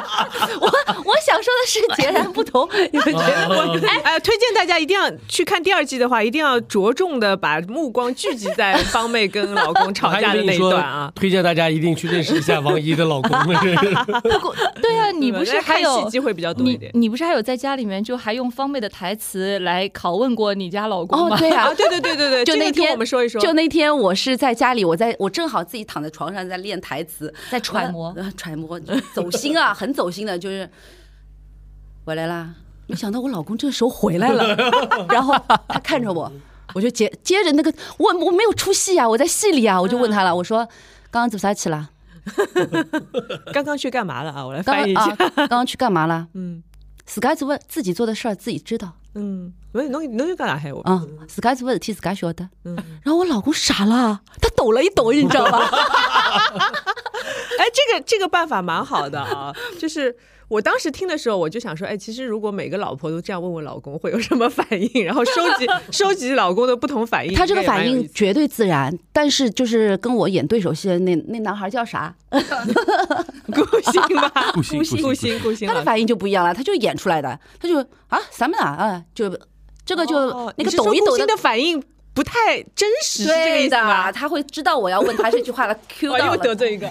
[SPEAKER 6] 我我想说的是截然 不同。你们觉得我
[SPEAKER 2] 哎，推荐大家一定要去看第二季的话，一定要着重的把目光聚集在方妹跟老公
[SPEAKER 3] 我
[SPEAKER 2] 吵
[SPEAKER 3] 还以
[SPEAKER 2] 架的
[SPEAKER 3] 为你
[SPEAKER 2] 那一
[SPEAKER 3] 说
[SPEAKER 2] 段啊。
[SPEAKER 3] 推荐大家一定去认识一下王一的老公，
[SPEAKER 4] 不过对 啊，你不
[SPEAKER 2] 对
[SPEAKER 4] 是
[SPEAKER 2] 吧大
[SPEAKER 4] 还
[SPEAKER 2] 家看戏
[SPEAKER 4] 有
[SPEAKER 2] 机会比较多一
[SPEAKER 7] 你
[SPEAKER 2] 点
[SPEAKER 7] 你不是还有在家里面就还用方妹的台词来拷问过你家老公
[SPEAKER 6] 哦
[SPEAKER 7] 吗？，
[SPEAKER 6] 对呀、
[SPEAKER 2] 啊？对对对对对，
[SPEAKER 6] 就
[SPEAKER 2] 这个
[SPEAKER 6] 那
[SPEAKER 2] 跟
[SPEAKER 6] 天
[SPEAKER 2] 我们说一说，
[SPEAKER 6] 就那天我是在家里，我在我正好自己躺在床上在练台词，
[SPEAKER 7] 在揣摩
[SPEAKER 6] 呃揣摩，走心啊，很走心的，就是我来啦。没想到我老公这个时候回来了，然后他看着我，我就接接着那个我我没有出戏啊，我在戏里啊，我就问
[SPEAKER 2] 嗯
[SPEAKER 6] 他了，我说刚刚走啥去了？
[SPEAKER 2] 刚刚去干嘛了啊？我来
[SPEAKER 6] 刚
[SPEAKER 2] 翻译一
[SPEAKER 6] 啊
[SPEAKER 2] 下。，
[SPEAKER 6] 刚刚去干嘛了？
[SPEAKER 2] 嗯，
[SPEAKER 6] 自个子问自己做的事儿自己知道，
[SPEAKER 2] 嗯，侬侬侬又干啥海我？
[SPEAKER 6] 啊，自家是勿是事体自家晓得。
[SPEAKER 2] 嗯
[SPEAKER 6] 然后我老公傻了，他抖了一抖，你知道吧？
[SPEAKER 2] 哎，这个这个办法蛮好的啊，就是我当时听的时候，我就想说，哎，其实如果每个老婆都这样问问老公会有什么反应，然后收集收集老公的不同反应，
[SPEAKER 6] 他这
[SPEAKER 2] 应该
[SPEAKER 6] 个
[SPEAKER 2] 也
[SPEAKER 6] 反
[SPEAKER 2] 蛮有
[SPEAKER 6] 应
[SPEAKER 2] 意思
[SPEAKER 6] 绝对自然，但是就是跟我演对手戏的那那男孩叫啥，
[SPEAKER 2] 顾星吧，
[SPEAKER 5] 顾星顾星
[SPEAKER 2] 顾
[SPEAKER 5] 顾
[SPEAKER 2] 星
[SPEAKER 5] 星
[SPEAKER 2] 顾星
[SPEAKER 6] 他
[SPEAKER 2] 老
[SPEAKER 6] 的
[SPEAKER 2] 师，
[SPEAKER 6] 反应就不一样了，他就演出来的，他就啊咱们俩啊就这个就、
[SPEAKER 2] 哦你
[SPEAKER 6] 那个
[SPEAKER 2] 是说
[SPEAKER 6] 抖一
[SPEAKER 2] 顾
[SPEAKER 6] 抖
[SPEAKER 2] 星的反应不太真实，是这个意
[SPEAKER 6] 对
[SPEAKER 2] 思吧？
[SPEAKER 6] 他会知道我要问他这句话了，Q
[SPEAKER 2] 我
[SPEAKER 6] 到
[SPEAKER 2] 又
[SPEAKER 6] 了。
[SPEAKER 2] 得罪一个，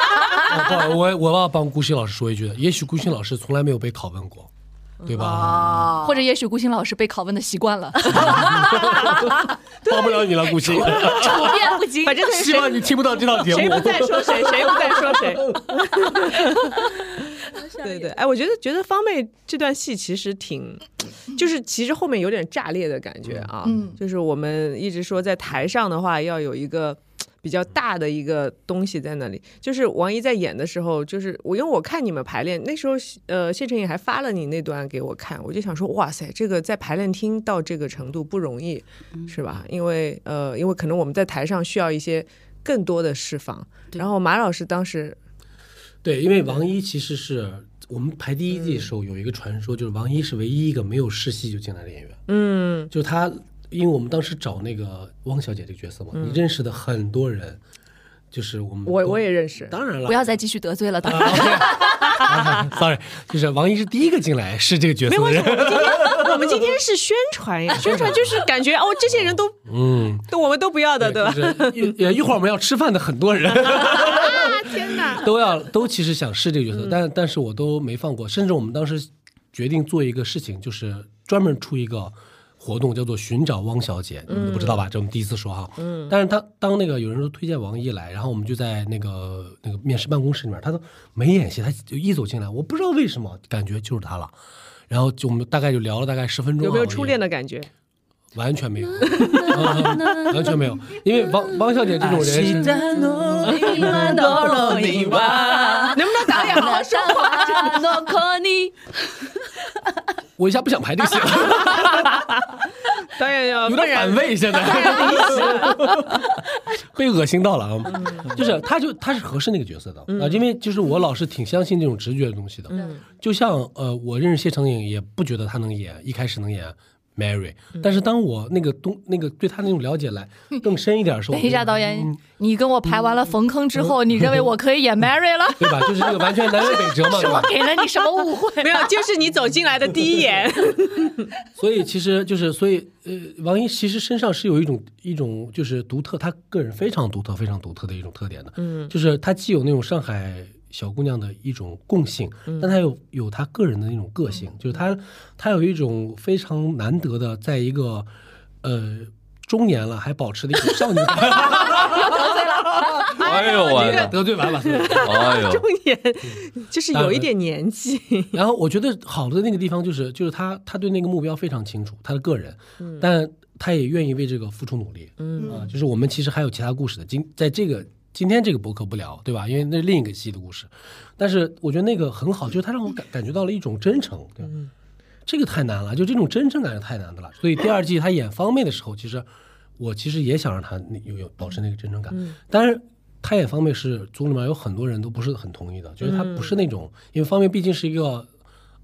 [SPEAKER 3] 我我我要帮顾欣老师说一句的，也许顾欣老师从来没有被拷问过，对
[SPEAKER 2] 哦
[SPEAKER 3] 吧？
[SPEAKER 6] 啊，
[SPEAKER 7] 或者也许顾欣老师被拷问的习惯 了，
[SPEAKER 3] 帮不了你了，顾欣。
[SPEAKER 7] 处变不惊。
[SPEAKER 2] 反正
[SPEAKER 3] 希
[SPEAKER 2] 谁
[SPEAKER 3] 望你听不到这档节
[SPEAKER 2] 谁
[SPEAKER 3] 目
[SPEAKER 2] 不。在说谁，谁不在说谁。对对，哎，我觉得觉得方妹这段戏其实挺，就是其实后面有点炸裂的感觉啊。
[SPEAKER 7] 嗯
[SPEAKER 2] 就是我们一直说在台上的话，要有一个比较大的一个东西在那里。就是王一在演的时候，就是我因为我看你们排练那时候，呃，谢晨也还发了你那段给我看，我就想说，哇塞，这个在排练厅到这个程度不容易，是吧？因为呃，因为可能我们在台上需要一些更多的释放。然后马老师当时
[SPEAKER 3] 对，因为王一其实是我们排第一季的时候有一个传说，就是王一是唯一一个没有试戏就进来的演员。
[SPEAKER 2] 嗯，
[SPEAKER 3] 就他，因为我们当时找那个汪小姐这个角色嘛，你认识的很多人，就是我们
[SPEAKER 2] 嗯我
[SPEAKER 3] 都
[SPEAKER 2] 我也认识，
[SPEAKER 3] 当然了，啊
[SPEAKER 7] 不 要再继续得罪了他。
[SPEAKER 3] sorry，就是王一是第一个进来是这个角色的人，
[SPEAKER 2] 我们今天是宣传 呀，宣传就是感觉哦，这些人都
[SPEAKER 3] 嗯，
[SPEAKER 2] 都我们都不要的，对吧？
[SPEAKER 3] 就是一呃一会儿我们要吃饭的很多人
[SPEAKER 2] 啊天哪！
[SPEAKER 3] 都要都其实想试这个角色，但但是我都没放过，甚至我们当时决定做一个事情，就是专门出一个。活动叫做寻找汪小姐，你们都不知道吧？这我们第一次说哈。嗯。但是他当那个有人说推荐王一来，然后我们就在那个那个面试办公室里面，他都没演戏，他就一走进来，我不知道为什么感觉就是他了。然后就我们大概就聊了大概十分 钟啊。
[SPEAKER 2] 有没有
[SPEAKER 3] 我也
[SPEAKER 2] 初恋的感觉？
[SPEAKER 3] 完全没有，啊完全没有，因为王王小姐这种人啊是，
[SPEAKER 2] 嗯能不能导演好好说话？
[SPEAKER 3] 我一下不想排这个戏了，
[SPEAKER 2] 导演要
[SPEAKER 3] 有
[SPEAKER 2] 不
[SPEAKER 3] 点
[SPEAKER 2] 然
[SPEAKER 3] 反胃，现在被恶心到了啊！
[SPEAKER 7] 嗯
[SPEAKER 3] 就是他就他是合适那个角色的啊，因为就是我老是挺相信这种直觉的东西的，
[SPEAKER 7] 嗯
[SPEAKER 3] 就像呃，我认识谢长颖也不觉得他能演，一开始能演 Mary，但
[SPEAKER 7] 嗯
[SPEAKER 3] 是当我那个东那个对他那种了解来更深一点的时 候，
[SPEAKER 7] 等一下，
[SPEAKER 3] 我觉得嗯
[SPEAKER 7] 导
[SPEAKER 2] 嗯
[SPEAKER 7] 演，你跟我排完了冯坑之后，你认为我可以演 Mary 了？
[SPEAKER 3] 对吧？就是这个完全南辕北辙嘛，
[SPEAKER 7] 是
[SPEAKER 3] 对吧
[SPEAKER 7] 我给了你什么误会？
[SPEAKER 2] 没有，就是你走进来的第一 眼，
[SPEAKER 3] 所以其实就是，所以呃，王一其实身上是有一种一种就是独特，他个人非常独特、非常独特的一种特点的，嗯，就是他既有那种上海小姑娘的一种共性，但他有有他个人的那种个性，就是他他有一种非常难得的，在一个呃中年了还保持的一种少女感，
[SPEAKER 5] 哎呦我的，
[SPEAKER 3] 得罪完了。
[SPEAKER 5] 哎
[SPEAKER 2] 中
[SPEAKER 5] 呦，
[SPEAKER 2] 年就是有一点年纪，
[SPEAKER 3] 然后我觉得好的那个地方就是，就是他他对那个目标非常清楚，他的个人，但他也愿意为这个付出努力，嗯啊，就是我们其实还有其他故事的，今在这个今天这个博客不聊，对吧？因为那是另一个戏的故事，但是我觉得那个很好，就是他让我感感觉到了一种真诚，对吧？这个太难了，就这种真诚感是太难的了。所以第二季他演方妹的时候，其实我其实也想让他那有有保持那个真诚感，但是他演方妹是组里面有很多人都不是很同意的，就是他不是那种，因为方妹毕竟是一个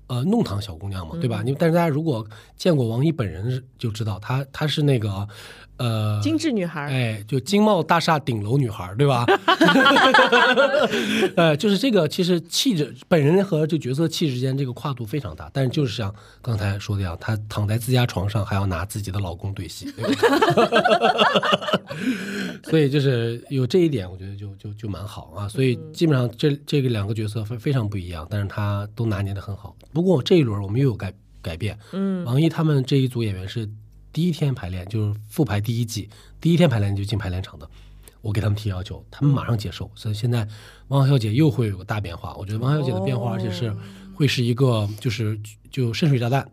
[SPEAKER 3] 呃弄堂小姑娘嘛，对吧？你但是大家如果见过王一本人是就知道，她她是那个呃
[SPEAKER 2] 精致女孩。
[SPEAKER 3] 哎，就金茂大厦顶楼女孩儿，对吧？呃，就是这个，其实气质本人和这角色气质之间这个跨度非常大，但是就是像刚才说的一样，她躺在自家床上还要拿自己的老公对戏，对吧？所以就是有这一点，我觉得就就就蛮好啊。所以基本上这这个两个角色非非常不一样，但是她都拿捏的很好。不过这一轮我们又有改改变，嗯，王一他们这一组演员是第一天排练，就是复排第一季第一天排练就进排练场的。我给他们提要求，他们马上接受。所以现在汪小姐又会有个大变化，我觉得汪小姐的变化，而且是会是一个就是就深水炸弹，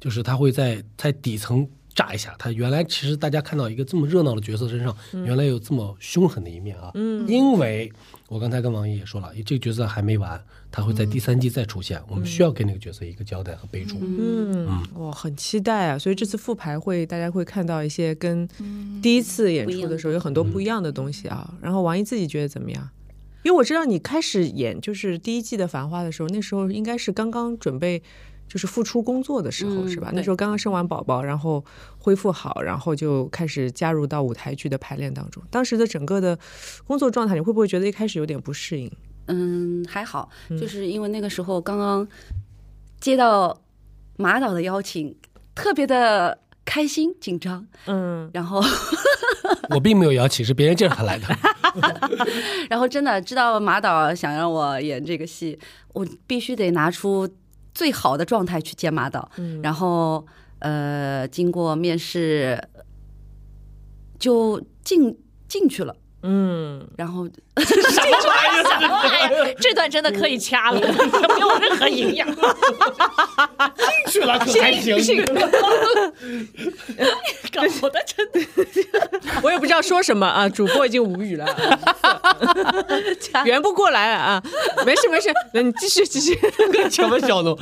[SPEAKER 3] 就是她会在在底层炸一下，他原来其实大家看到一个这么热闹的角色身上，原来有这么凶狠的一面啊。嗯，因为我刚才跟王毅也说了，这个角色还没完，他会在第三季再出现，我们需要给那个角色一个交代和备注。
[SPEAKER 2] 嗯，我很期待啊！所以这次复排会，大家会看到一些跟
[SPEAKER 6] 嗯
[SPEAKER 2] 第一次演出的时候有很多不一样的东西啊。然后王一自己觉得怎么样？因为我知道你开始演就是第一季的《繁花》的时候，那时候应该是刚刚准备就是付出工作的时候，
[SPEAKER 6] 嗯
[SPEAKER 2] 是吧？
[SPEAKER 6] 对
[SPEAKER 2] 那时候刚刚生完宝宝，然后恢复好，然后就开始加入到舞台剧的排练当中。当时的整个的工作状态，你会不会觉得一开始有点不适应？
[SPEAKER 6] 嗯，还好，就是因为那个时候刚刚接到马导的邀请，特别的开心紧张，
[SPEAKER 2] 嗯
[SPEAKER 6] 然后
[SPEAKER 3] 我并没有邀请，是别人介绍他 来的。
[SPEAKER 6] 然后真的知道马导想让我演这个戏，我必须得拿出最好的状态去见马导。
[SPEAKER 2] 嗯
[SPEAKER 6] 然后呃，经过面试就进进去了，
[SPEAKER 2] 嗯，
[SPEAKER 6] 然后
[SPEAKER 7] 哎，这段真的可以掐了，没有任何营养。
[SPEAKER 3] 去了可还行，
[SPEAKER 7] 搞的真的，
[SPEAKER 2] 我也不知道说什么啊，主播已经无语了，圆不过来了啊，没事没事，那你继续继续，
[SPEAKER 3] 什么小 农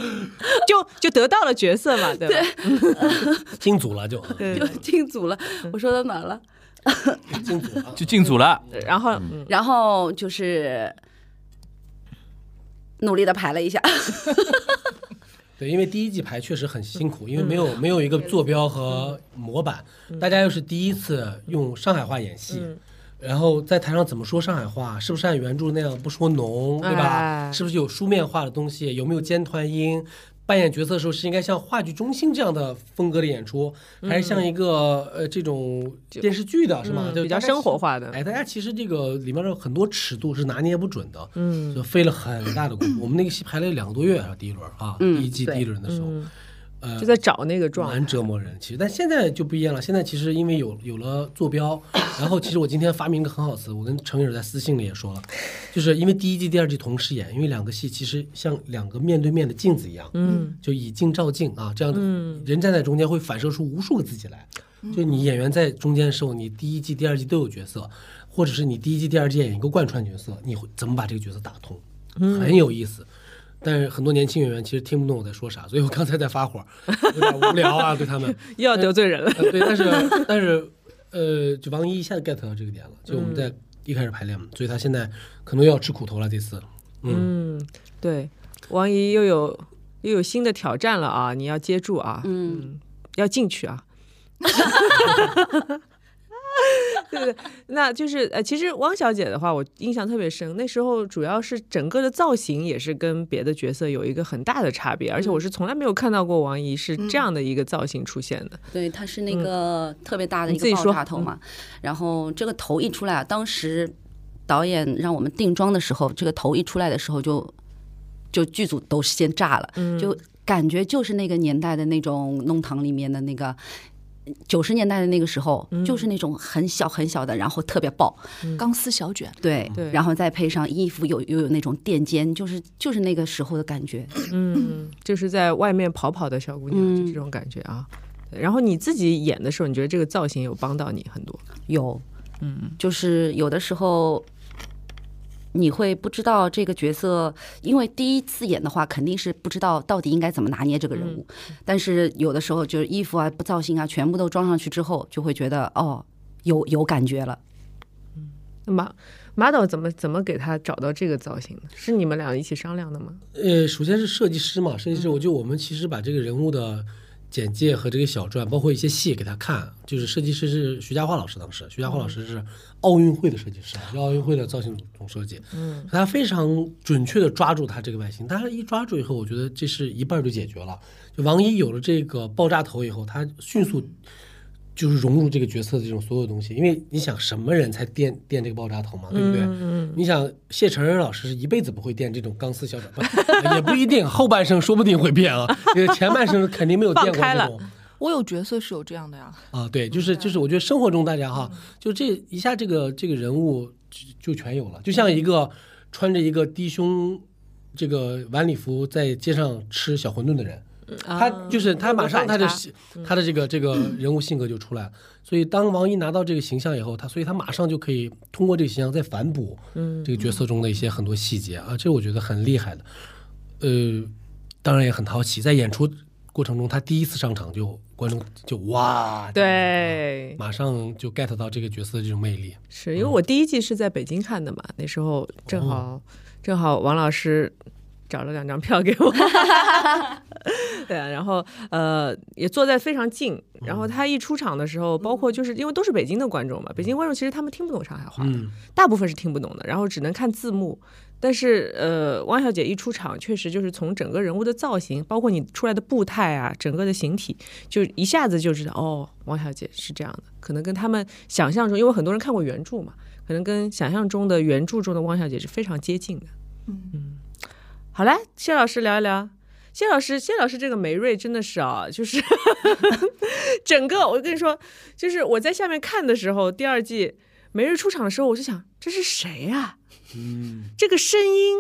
[SPEAKER 2] 就就得到了角色嘛，对吧？
[SPEAKER 3] 进组了就
[SPEAKER 2] 对
[SPEAKER 3] 嗯
[SPEAKER 6] 就进组了。我说到哪了？
[SPEAKER 3] 进组了，
[SPEAKER 5] 就进组了。
[SPEAKER 2] 对然后嗯
[SPEAKER 6] 然后就是努力的排了一下，
[SPEAKER 3] 对，因为第一季排确实很辛苦，因为没有
[SPEAKER 2] 嗯
[SPEAKER 3] 没有一个坐标和模板，大家又是第一次用上海话演戏，
[SPEAKER 2] 嗯
[SPEAKER 3] 然后在台上怎么说上海话，是不是按原著那样不说浓，对吧
[SPEAKER 2] 哎？
[SPEAKER 3] 是不是有书面化的东西？有没有尖团音？扮演角色的时候是应该像话剧中心这样的风格的演出，还是像一个呃这种电视剧的是吗？
[SPEAKER 2] 嗯
[SPEAKER 3] 就
[SPEAKER 2] 比较
[SPEAKER 3] 大概
[SPEAKER 2] 生活化的
[SPEAKER 3] 哎，大家其实这个里面的很多尺度是拿捏不准的，
[SPEAKER 2] 嗯，
[SPEAKER 3] 就费了很大的功夫。我们那个戏排了两个多月啊，第一轮啊，
[SPEAKER 6] 嗯
[SPEAKER 3] 第一季
[SPEAKER 6] 对
[SPEAKER 3] 第一轮的时候，呃，
[SPEAKER 2] 就在找那个状态
[SPEAKER 3] 蛮，折磨人。其实，但现在就不一样了。现在其实因为有有了坐标，然后其实我今天发明一个很好词，我跟程颖在私信里也说了，就是因为第一季、第二季同时演，因为两个戏其实像两个面对面的镜子一样，
[SPEAKER 2] 嗯，
[SPEAKER 3] 就以镜照镜啊，这样的人站在中间会反射出无数个自己来。就你演员在中间的时候，你第一季、第二季都有角色，或者是你第一季、第二季演一个贯穿角色，你会怎么把这个角色打通？
[SPEAKER 2] 嗯
[SPEAKER 3] 很有意思。但是很多年轻演员其实听不懂我在说啥，所以我刚才在发火，有点无聊啊，对他们。
[SPEAKER 2] 又要得罪人了，
[SPEAKER 3] 呃对，但是但是呃，就王一一下子 get 到这个点了，就我们在一开始排练嘛，所以他现在可能又要吃苦头了这次。嗯，
[SPEAKER 2] 嗯，对，王怡又有又有新的挑战了啊，你要接住啊，
[SPEAKER 6] 嗯，
[SPEAKER 2] 要进去啊。对对，那就是呃，其实汪小姐的话，我印象特别深。那时候主要是整个的造型也是跟别的角色有一个很大的差别，而且我是从来没有看到过王怡是这样的一个造型出现的。
[SPEAKER 6] 对，它是那个特别大的
[SPEAKER 2] 嗯你
[SPEAKER 6] 一
[SPEAKER 2] 自己
[SPEAKER 6] 个爆
[SPEAKER 2] 说嗯
[SPEAKER 6] 炸头嘛。然后这个头一出来啊，当时导演让我们定妆的时候，这个头一出来的时候就就剧组都先炸了，
[SPEAKER 2] 嗯
[SPEAKER 6] 就感觉就是那个年代的那种弄堂里面的那个。九十年代的那个时候，
[SPEAKER 2] 嗯
[SPEAKER 6] 就是那种很小很小的，然后特别爆，
[SPEAKER 4] 钢丝小卷，
[SPEAKER 6] 对，
[SPEAKER 2] 对
[SPEAKER 6] 然后再配上衣服有又有那种垫肩，就是就是那个时候的感觉。
[SPEAKER 2] 嗯，就是在外面跑跑的小姑娘，就这种感觉啊。对然后你自己演的时候，你觉得这个造型有帮到你很多？
[SPEAKER 6] 有，嗯，就是有的时候你会不知道这个角色，因为第一次演的话，肯定是不知道到底应该怎么拿捏这个人物。但是有的时候就是衣服啊、造型啊，全部都装上去之后，就会觉得哦，有有感觉了。
[SPEAKER 2] 那马马导怎么怎么给他找到这个造型的？是你们俩一起商量的吗？
[SPEAKER 3] 呃，首先是设计师嘛，设计师，我觉得我们其实把这个人物的简介和这个小传，包括一些戏给他看，就是设计师是徐家化老师，当时徐家化老师是奥运会的设计师，啊是奥运会的造型总设计，嗯，他非常准确的抓住他这个外形，他一抓住以后，我觉得这是一半儿就解决了。就王一有了这个爆炸头以后，他迅速就是融入这个角色的这种所有东西，因为你想什么人才垫垫这个爆炸头嘛，对不对？
[SPEAKER 2] 嗯
[SPEAKER 3] 你想谢承恩老师是一辈子不会垫这种钢丝小脚，不也不一定，后半生说不定会变啊，因为前半生肯定没有垫过
[SPEAKER 2] 放开
[SPEAKER 3] 这
[SPEAKER 2] 了
[SPEAKER 3] 种。
[SPEAKER 4] 我有角色是有这样的呀，
[SPEAKER 3] 啊，对，就是就是，我觉得生活中大家哈，就这一下这个这个人物就就全有了，就像一个穿着一个低胸这个晚礼服在街上吃小馄饨的人，他就是他马上他的
[SPEAKER 2] 有个反
[SPEAKER 3] 性他的这个这个人物性格就出来了。所以当王一拿到这个形象以后，他所以他马上就可以通过这个形象再反哺这个角色中的一些很多细节啊，这我觉得很厉害的。呃，当然也很讨喜，在演出过程中，他第一次上场就观众就哇，，
[SPEAKER 2] 对，
[SPEAKER 3] 马上就 get 到这个角色的这种魅力。
[SPEAKER 2] 是因为我第一季是在北京看的嘛，那时候正好正好王老师找了两张票给我，对啊，然后呃也坐在非常近，然后他一出场的时候，包括就是因为都是北京的观众嘛，北京观众其实他们听不懂上海话的，
[SPEAKER 3] 嗯，
[SPEAKER 2] 大部分是听不懂的，然后只能看字幕。但是，呃，汪小姐一出场，确实就是从整个人物的造型，包括你出来的步态啊，整个的形体，就一下子就知道，哦，汪小姐是这样的。可能跟他们想象中，因为很多人看过原著嘛，可能跟想象中的原著中的汪小姐是非常接近的。
[SPEAKER 4] 嗯
[SPEAKER 2] 好嘞，谢老师聊一聊。谢老师，谢老师这个梅瑞真的是啊，就是 整个我跟你说，就是我在下面看的时候，第二季梅瑞出场的时候，我就想这是谁啊？嗯，这个声音，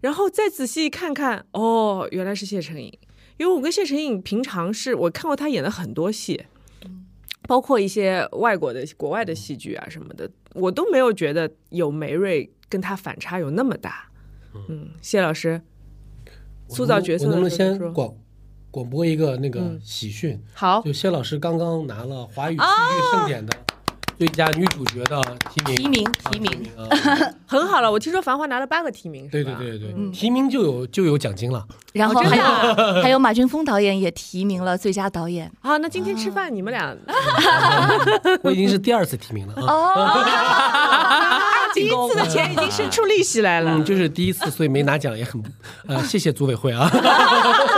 [SPEAKER 2] 然后再仔细看看，哦，原来是谢承颖，因为我跟谢承颖平常是我看过他演的很多戏，包括一些外国的国外的戏剧啊什么的，我都没有觉得有梅瑞跟他反差有那么大。嗯，谢老师，塑造角色
[SPEAKER 3] 我能
[SPEAKER 2] 的
[SPEAKER 3] 不能
[SPEAKER 2] 时候就
[SPEAKER 3] 先
[SPEAKER 2] 说
[SPEAKER 3] 广广播一个那个
[SPEAKER 2] 嗯
[SPEAKER 3] 喜讯？
[SPEAKER 2] 好，
[SPEAKER 3] 就谢老师刚刚拿了华语戏剧盛典的最佳女主角的提名，
[SPEAKER 4] 提名
[SPEAKER 3] 啊
[SPEAKER 4] 提名，
[SPEAKER 3] 啊，
[SPEAKER 2] 很好了。我听说《繁花》拿了八个提名，
[SPEAKER 3] 对
[SPEAKER 2] 是
[SPEAKER 3] 对
[SPEAKER 2] 吧？
[SPEAKER 3] 对对，
[SPEAKER 2] 嗯
[SPEAKER 3] 提名就有就有奖金了。
[SPEAKER 4] 然后
[SPEAKER 7] 哦
[SPEAKER 2] 真
[SPEAKER 4] 还
[SPEAKER 2] 的
[SPEAKER 4] 有、
[SPEAKER 2] 啊
[SPEAKER 4] 还有马俊峰导演也提名了最佳导演
[SPEAKER 2] 好，那今天吃
[SPEAKER 4] 啊
[SPEAKER 2] 饭你们俩
[SPEAKER 3] 啊我已经是第二次提名了啊，
[SPEAKER 4] 哦，
[SPEAKER 2] 啊 第一次的钱已经生出利息来了
[SPEAKER 3] 嗯，。就是第一次，所以没拿奖也很不，呃，谢谢组委会啊。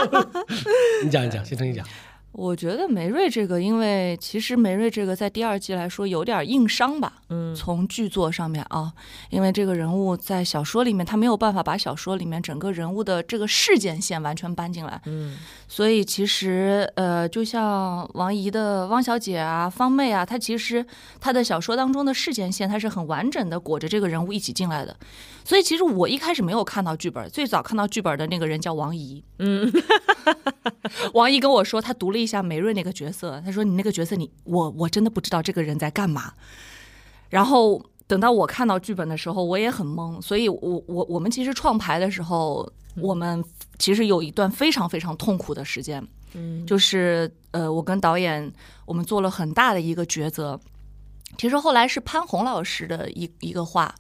[SPEAKER 3] 你讲一讲，谢成你讲，
[SPEAKER 4] 我觉得梅瑞这个，因为其实梅瑞这个在第二季来说有点硬伤吧，
[SPEAKER 2] 嗯
[SPEAKER 4] 从剧作上面啊，因为这个人物在小说里面他没有办法把小说里面整个人物的这个事件线完全搬进来，
[SPEAKER 2] 嗯
[SPEAKER 4] 所以其实呃，就像王怡的汪小姐啊、方妹啊，她其实她的小说当中的事件线，她是很完整的裹着这个人物一起进来的。所以其实我一开始没有看到剧本，最早看到剧本的那个人叫王怡。
[SPEAKER 2] 嗯，
[SPEAKER 4] 王怡跟我说，她读了一下梅瑞那个角色，她说你那个角色你我我真的不知道这个人在干嘛。然后等到我看到剧本的时候，我也很懵。所以我，我我们其实创排的时候，我们其实有一段非常非常痛苦的时间。
[SPEAKER 2] 嗯
[SPEAKER 4] 就是呃，我跟导演我们做了很大的一个抉择。其实后来是潘虹老师的一一个话，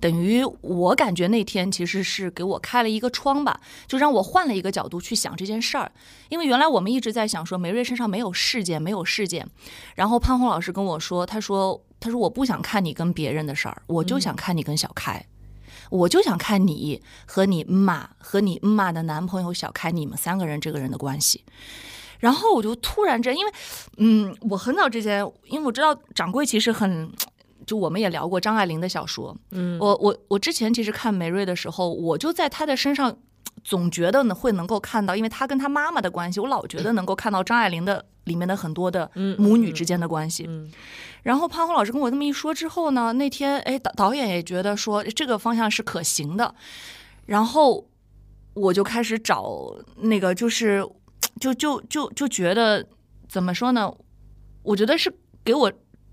[SPEAKER 4] 等于我感觉那天其实是给我开了一个窗吧，就让我换了一个角度去想这件事儿。因为原来我们一直在想说梅瑞身上没有事件，没有事件。然后潘虹老师跟我说，他说他说我不想看你跟别人的事儿，我就想看你跟小开。我就想看你和你妈和你妈的男朋友小开你们三个人这个人的关系。然后我就突然之间，因为，嗯，我很早之前，因为我知道掌柜其实很，就我们也聊过张爱玲的小说，
[SPEAKER 2] 嗯，
[SPEAKER 4] 我我我之前其实看梅瑞的时候，我就在她的身上总觉得呢会能够看到，因为她跟她妈妈的关系，我老觉得能够看到张爱玲的里面的很多的
[SPEAKER 2] 嗯
[SPEAKER 4] 母女之间的关系。
[SPEAKER 2] 嗯
[SPEAKER 4] 然后潘虹老师跟我这么一说之后呢，那天哎导导演也觉得说这个方向是可行的，然后我就开始找那个就是就就就就觉得怎么说呢？我觉得是给我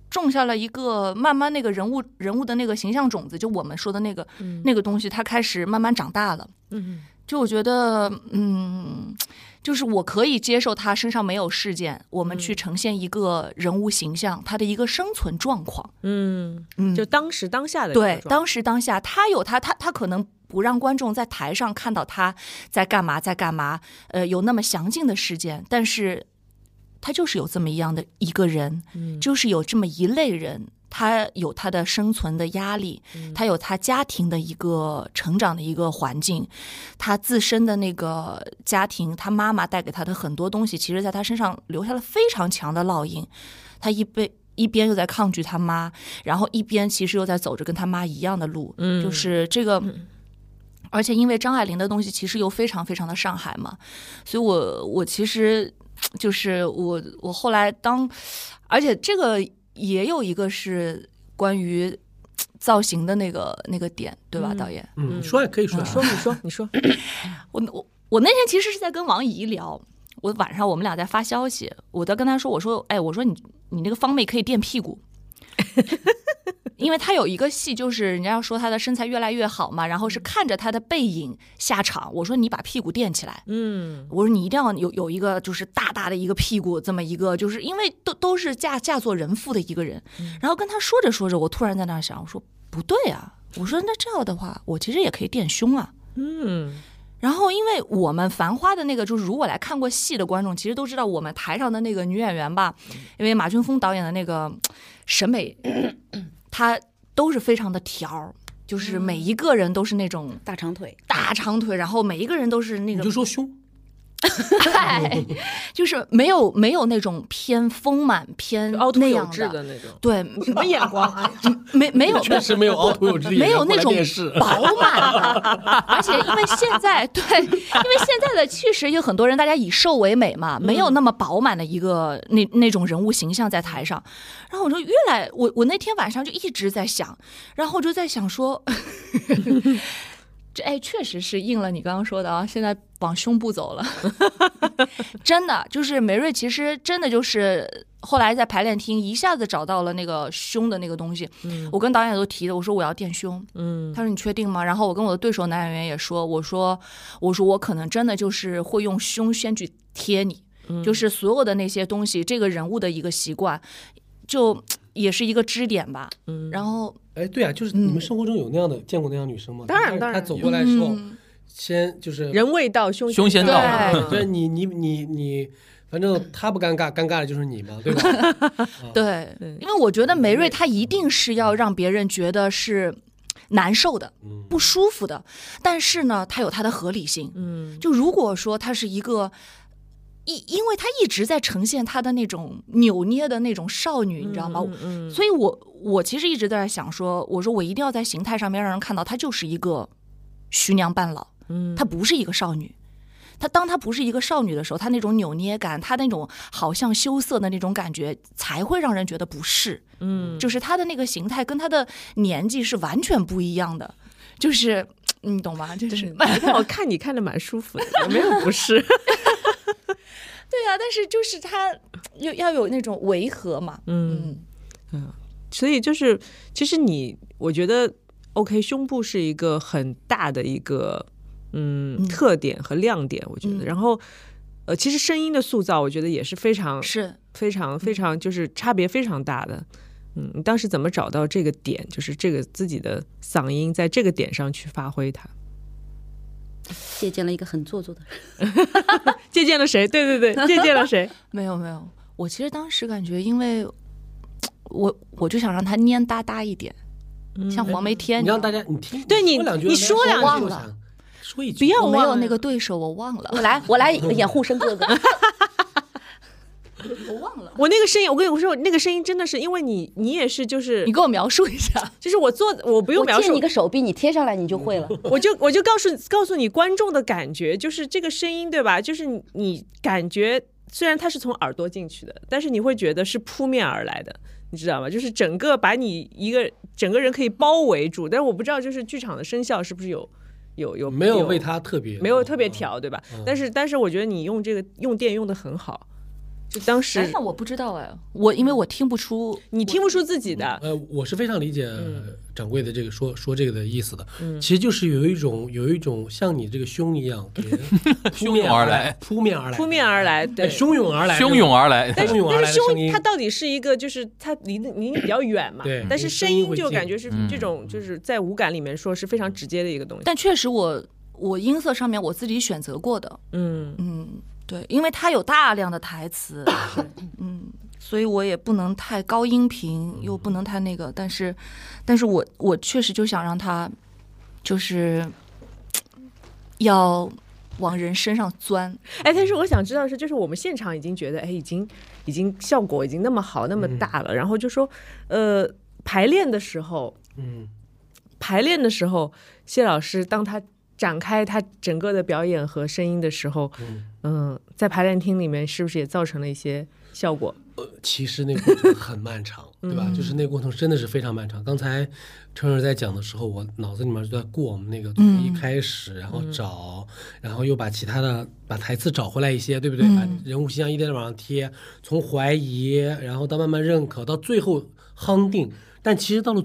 [SPEAKER 4] 种下了一个慢慢那个人物人物的那个形象种子，就我们说的那个、
[SPEAKER 2] 嗯
[SPEAKER 4] 那个东西，它开始慢慢长大了。
[SPEAKER 2] 嗯
[SPEAKER 4] 就我觉得，嗯，就是我可以接受他身上没有事件，我们去呈现一个人物形象，他的一个生存状况。
[SPEAKER 2] 嗯，
[SPEAKER 4] 嗯，
[SPEAKER 2] 就当时当下的
[SPEAKER 4] 对，
[SPEAKER 2] 当
[SPEAKER 4] 当时当下他有他他他可能不让观众在台上看到他在干嘛在干嘛，呃，有那么详尽的事件，但是他就是有这么一样的一个人，
[SPEAKER 2] 嗯
[SPEAKER 4] 就是有这么一类人。他有他的生存的压力，
[SPEAKER 2] 嗯
[SPEAKER 4] 他有他家庭的一个成长的一个环境，他自身的那个家庭，他妈妈带给他的很多东西，其实在他身上留下了非常强的烙印。他一被一边又在抗拒他妈，然后一边其实又在走着跟他妈一样的路，
[SPEAKER 2] 嗯
[SPEAKER 4] 就是这个。而且因为张爱玲的东西其实又非常非常的上海嘛，所以我我其实就是我我后来当，而且这个也有一个是关于造型的那个那个点，对吧，导演？
[SPEAKER 3] 嗯，你说也可以说，
[SPEAKER 2] 说你说你说，
[SPEAKER 4] 我我。我那天其实是在跟王姨聊，我晚上我们俩在发消息，我在跟她说，我说，哎，我说你你那个方妹可以垫屁股。 因为她有一个戏，就是人家说她的身材越来越好嘛，然后是看着她的背影下场。我说你把屁股垫起来，
[SPEAKER 2] 嗯，
[SPEAKER 4] 我说你一定要有有一个就是大大的一个屁股，这么一个就是因为都都是嫁嫁作人妇的一个人。然后跟他说着说着，我突然在那儿想，我说不对啊，我说那这样的话，我其实也可以垫胸啊。
[SPEAKER 2] 嗯，
[SPEAKER 4] 然后，因为我们《繁花》的那个，就是如果来看过戏的观众，其实都知道我们台上的那个女演员吧，
[SPEAKER 2] 嗯
[SPEAKER 4] 因为马俊峰导演的那个嘖 审美，她都是非常的条儿，就是每一个人都是那种
[SPEAKER 6] 大长腿，
[SPEAKER 4] 大长腿，然后每一个人都是那
[SPEAKER 3] 你
[SPEAKER 4] 个
[SPEAKER 3] 就说胸，
[SPEAKER 4] 派， 就是没有没有那种偏丰满偏
[SPEAKER 2] 凹凸
[SPEAKER 4] 那
[SPEAKER 2] 有
[SPEAKER 4] 样
[SPEAKER 2] 致的那种。
[SPEAKER 4] 对，
[SPEAKER 2] 什么眼光啊？
[SPEAKER 4] 没没有
[SPEAKER 3] 确实没有凹凸有致的演员
[SPEAKER 4] 没有
[SPEAKER 3] 过
[SPEAKER 4] 那
[SPEAKER 3] 来
[SPEAKER 4] 种
[SPEAKER 3] 面试
[SPEAKER 4] 饱满的， 而且因为现在对，因为现在的确实有很多人，大家以瘦为美嘛，没有那么饱满的一个那那种人物形象在台上。然后我就越来，我我那天晚上就一直在想，然后我就在想说， 这哎确实是应了你刚刚说的啊，现在往胸部走了， 真的就是梅瑞，其实真的就是。后来在排练厅一下子找到了那个胸的那个东西，我跟导演都提的，我说我要垫胸，
[SPEAKER 2] 嗯
[SPEAKER 4] 他说你确定吗？然后我跟我的对手男演员也说，我说我说我可能真的就是会用胸先去贴你，
[SPEAKER 2] 嗯
[SPEAKER 4] 就是所有的那些东西，这个人物的一个习惯，就也是一个支点吧。
[SPEAKER 2] 嗯，
[SPEAKER 4] 然后
[SPEAKER 3] 哎，对啊，就是你们生活中有那样的见过那样女生吗？
[SPEAKER 2] 当然
[SPEAKER 3] 就是
[SPEAKER 2] 当然
[SPEAKER 3] 她走过来之后，
[SPEAKER 4] 嗯
[SPEAKER 3] 先就是啊
[SPEAKER 2] 人未到，胸
[SPEAKER 5] 胸先
[SPEAKER 2] 到
[SPEAKER 5] 到
[SPEAKER 2] 对
[SPEAKER 3] 对你你你你，反正她不尴尬，尴尬的就是你嘛，对 吧？
[SPEAKER 4] 对
[SPEAKER 2] 对，
[SPEAKER 4] 因为我觉得梅瑞她一定是要让别人觉得是难受的、
[SPEAKER 3] 嗯，
[SPEAKER 4] 不舒服的，但是呢，她有她的合理性。
[SPEAKER 2] 嗯，
[SPEAKER 4] 就如果说他是一个。一，因为他一直在呈现他的那种扭捏的那种少女，你知道吗？
[SPEAKER 2] 嗯，
[SPEAKER 4] 所以我我其实一直都在想说，我说我一定要在形态上面让人看到她就是一个徐娘半老，
[SPEAKER 2] 嗯
[SPEAKER 4] 她不是一个少女。她当她不是一个少女的时候，她那种扭捏感，她那种好像羞涩的那种感觉，才会让人觉得不适。
[SPEAKER 2] 嗯，
[SPEAKER 4] 就是她的那个形态跟她的年纪是完全不一样的，就是你懂吗？就是
[SPEAKER 2] 我看你看的蛮舒服的，也没有不适。
[SPEAKER 4] 对啊，但是就是他要要有那种违和嘛，
[SPEAKER 2] 嗯，所以就是，其实你，我觉得 OK，胸部是一个很大的一个嗯
[SPEAKER 4] 嗯
[SPEAKER 2] 特点和亮点，我觉得。
[SPEAKER 4] 嗯
[SPEAKER 2] 然后，呃，其实声音的塑造，我觉得也是非常
[SPEAKER 4] 是
[SPEAKER 2] 非常非常就是差别非常大的。嗯，你当时怎么找到这个点？就是这个自己的嗓音在这个点上去发挥它，
[SPEAKER 6] 借鉴了一个很做作的人。
[SPEAKER 2] 借鉴了谁？对对对，借鉴了谁？
[SPEAKER 4] 没有没有。我其实当时感觉，因为我我就想让他蔫哒哒一点，像黄梅天
[SPEAKER 3] 你
[SPEAKER 4] 一样。
[SPEAKER 3] 让大家你听，
[SPEAKER 2] 对你
[SPEAKER 3] 说两句，
[SPEAKER 2] 你
[SPEAKER 3] 大家
[SPEAKER 2] 说
[SPEAKER 3] 说
[SPEAKER 2] 两
[SPEAKER 4] 句
[SPEAKER 3] 我
[SPEAKER 4] 忘了
[SPEAKER 3] 想，说一句，
[SPEAKER 2] 不要
[SPEAKER 4] 我没
[SPEAKER 2] 忘
[SPEAKER 4] 有
[SPEAKER 2] 了
[SPEAKER 4] 那个对手，我忘了。
[SPEAKER 6] 我来，我来演护生 哥哥。
[SPEAKER 4] 我忘了。
[SPEAKER 2] 我那个声音，我跟你说，我那个声音真的是，因为你你也是，就是
[SPEAKER 4] 你给我描述一下，
[SPEAKER 2] 就是我做，我不用
[SPEAKER 6] 我
[SPEAKER 2] 描
[SPEAKER 6] 借
[SPEAKER 2] 述
[SPEAKER 6] 你，个手臂，你贴上来你就会了。
[SPEAKER 2] 我就我就告诉告诉你观众的感觉，就是这个声音对吧？就是你你感觉虽然它是从耳朵进去的，但是你会觉得是扑面而来的，你知道吗？就是整个把你一个整个人可以包围住，但是我不知道就是剧场的声效是不是有有有
[SPEAKER 3] 没有为她特别嗯
[SPEAKER 2] 没有特别调对吧？但是但是我觉得你用这个用电用的很好，就当时
[SPEAKER 4] 那我不知道 哎，我因为我听不出，
[SPEAKER 2] 你听不出自己的，
[SPEAKER 3] 呃，我是非常理解
[SPEAKER 2] 嗯
[SPEAKER 3] 掌柜的这个说说这个的意思的，其实就是有一种有一种像你这个胸一 样，给人扑
[SPEAKER 5] 汹
[SPEAKER 3] 面
[SPEAKER 5] 涌而
[SPEAKER 3] 来，
[SPEAKER 5] 来
[SPEAKER 3] 扑面而来，
[SPEAKER 2] 扑面而来，对
[SPEAKER 3] 哎，。汹涌而来，
[SPEAKER 5] 汹涌而来。
[SPEAKER 2] 但是
[SPEAKER 3] 汹涌而
[SPEAKER 2] 但
[SPEAKER 3] 来
[SPEAKER 2] 是
[SPEAKER 3] 的声
[SPEAKER 2] 胸
[SPEAKER 3] 音
[SPEAKER 2] 它到底是一个，就是它离得离你比较远嘛，
[SPEAKER 3] 对
[SPEAKER 2] 但是声
[SPEAKER 3] 声音
[SPEAKER 2] 音
[SPEAKER 3] 会
[SPEAKER 2] 就
[SPEAKER 3] 近
[SPEAKER 2] 感觉是
[SPEAKER 5] 嗯
[SPEAKER 2] 这种，就是在五感里面说是非常直接的一个东西。
[SPEAKER 4] 但确实我我音色上面我自己选择过的，
[SPEAKER 2] 嗯，
[SPEAKER 4] 嗯，对，因为它有大量的台词，嗯，所以我也不能太高音频，又不能太那个，但是，但是我我确实就想让他，就是要往人身上钻，
[SPEAKER 2] 哎，但是我想知道的是，就是我们现场已经觉得，哎，已经已经效果已经那么好那么大了，然后就说，呃，排练的时候，
[SPEAKER 3] 嗯，
[SPEAKER 2] 排练的时候，谢老师当他展开他整个的表演和声音的时候，
[SPEAKER 3] 嗯
[SPEAKER 2] 嗯、嗯，在排练厅里面是不是也造成了一些效果？
[SPEAKER 3] 其实那个过程很漫长，对吧？就是那个过程真的是非常漫长。刚才春儿在讲的时候，我脑子里面就在过我们那个从一开始，然后找，然后又把其他的把台词找回来一些，对不对？把人物形象一点点往上贴，从怀疑，然后到慢慢认可，到最后夯定。但其实到了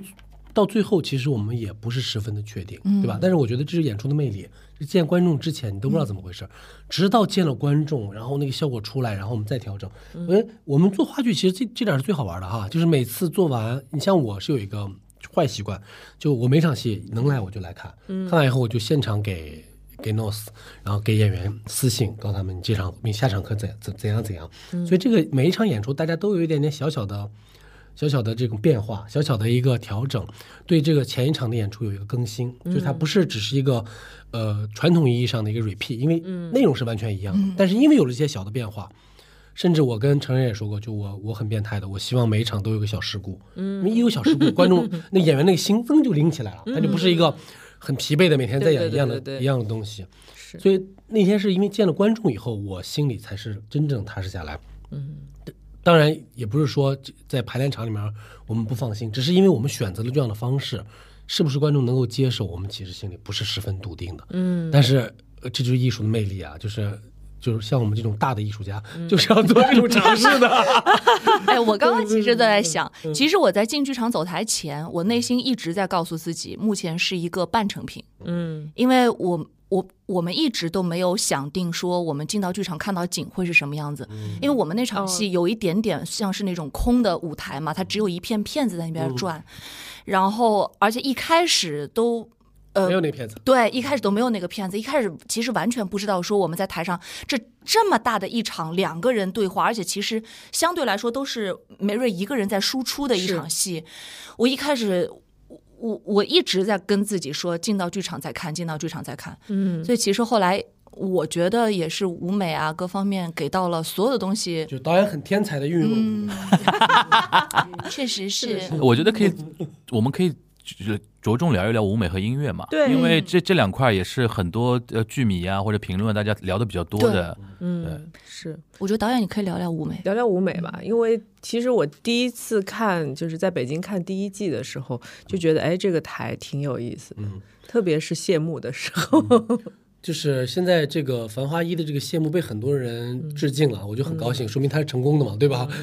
[SPEAKER 3] 到最后，其实我们也不是十分的确定，对吧？但是我觉得这是演出的魅力。就见观众之前，你都不知道怎么回事，直到见了观众，然后那个效果出来，然后我们再调整。嗯，我们做话剧其实这这点是最好玩的哈，就是每次做完，你像我是有一个坏习惯，就我每场戏能来我就来看，看完以后我就现场给给 notes，然后给演员私信告诉他们你这场你下场可怎怎怎样怎样。所以这个每一场演出，大家都有一点点小小的。小小的这种变化，小小的一个调整，对这个前一场的演出有一个更新，就是它不是只是一个呃传统意义上的一个 repeat，因为内容是完全一样的，但是因为有了一些小的变化，甚至我跟成人也说过，就我我很变态的，我希望每一场都有个小事故，
[SPEAKER 2] 嗯
[SPEAKER 3] 因为一有小事故，观众那演员那个心灯就拎起来了，他就不是一个很疲惫的每天在
[SPEAKER 2] 对对嗯
[SPEAKER 3] 演一
[SPEAKER 2] 对
[SPEAKER 3] 样的
[SPEAKER 2] 对对
[SPEAKER 3] 一样的东西，
[SPEAKER 2] 是
[SPEAKER 3] 所以那天是因为见了观众以后，我心里才是真正踏实下来。
[SPEAKER 2] 嗯
[SPEAKER 3] 当然也不是说这在排练场里面我们不放心，只是因为我们选择了这样的方式，是不是观众能够接受，我们其实心里不是十分笃定的。嗯，但是、呃这就是艺术的魅力啊，就是。就是像我们这种大的艺术家，就是要做这种尝试 的。
[SPEAKER 4] 哎，我刚刚其实都
[SPEAKER 2] 嗯
[SPEAKER 4] 在想，其实我在进剧场走台前，我内心一直在告诉自己，目前是一个半成品，
[SPEAKER 2] 嗯
[SPEAKER 4] 因为我我我们一直都没有想定说我们进到剧场看到景会是什么样子，
[SPEAKER 2] 嗯
[SPEAKER 4] 因为我们那场
[SPEAKER 2] 哦
[SPEAKER 4] 戏有一点点像是那种空的舞台嘛，它只有一片片子在那
[SPEAKER 2] 嗯
[SPEAKER 4] 边转，然后而且一开始都
[SPEAKER 3] 没有那片子，
[SPEAKER 4] 对，一开始都没有那个片子，一开始其实完全不知道说我们在台上这这么大的一场两个人对话，而且其实相对来说都是梅瑞一个人在输出的一
[SPEAKER 2] 是
[SPEAKER 4] 场戏。我一开始，我我我一直在跟自己说，进到剧场再看，进到剧场再看。
[SPEAKER 2] 嗯，
[SPEAKER 4] 所以其实后来我觉得也是舞美啊各方面给到了所有的东西，
[SPEAKER 3] 就导演很天才的运用。
[SPEAKER 4] 确实是
[SPEAKER 5] 我觉得可以，我们可以就是着重聊一聊舞美和音乐嘛，
[SPEAKER 2] 对
[SPEAKER 5] 因为这这两块也是很多呃剧迷啊或者评论大家聊的比较多的，
[SPEAKER 2] 嗯，是。
[SPEAKER 4] 我觉得导演你可以聊聊舞美，
[SPEAKER 2] 聊聊舞美吧，因为其实我第一次看就是在北京看第一季的时候，就觉得哎，这个台挺有意思的，
[SPEAKER 3] 嗯
[SPEAKER 2] 特别是谢幕的时候，
[SPEAKER 3] 就是现在这个《繁花一》的这个谢幕被很多人致敬了，我就很高兴，说明它是成功的嘛，对吧？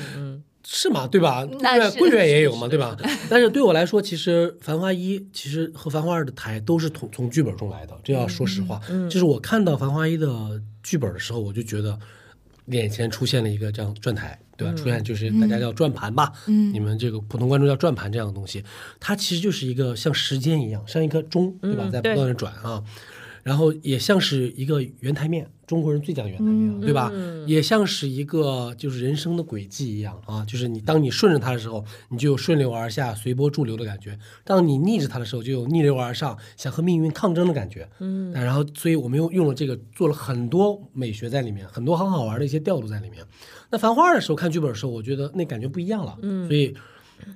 [SPEAKER 3] 是嘛，对吧？
[SPEAKER 4] 那
[SPEAKER 3] 对吧
[SPEAKER 4] 是
[SPEAKER 3] 桂圆也有嘛，对吧？但是对我来说，其实《繁花一》其实和《繁花二》的台都是从从剧本中来的，这要说实话。就是我看到《繁花一》的剧本的时候，我就觉得眼前出现了一个这样转台，对吧？出现就是
[SPEAKER 4] 嗯
[SPEAKER 3] 大家叫转盘吧，你们这个普通观众叫转盘这样的东西，它其实就是一个像时间一样，像一颗钟，对吧？在不断的转啊。然后也像是一个圆台面，中国人最讲圆台面了，对吧？也像是一个就是人生的轨迹一样啊，就是你当你顺着它的时候，你就有顺流而下、随波逐流的感觉；当你逆着它的时候，就有逆流而上、想和命运抗争的感觉。嗯，然后所以我们用用了这个，做了很多美学在里面，很多很好玩的一些调度在里面。那《繁花二》的时候看剧本的时候，我觉得那感觉不一样了。嗯，所以。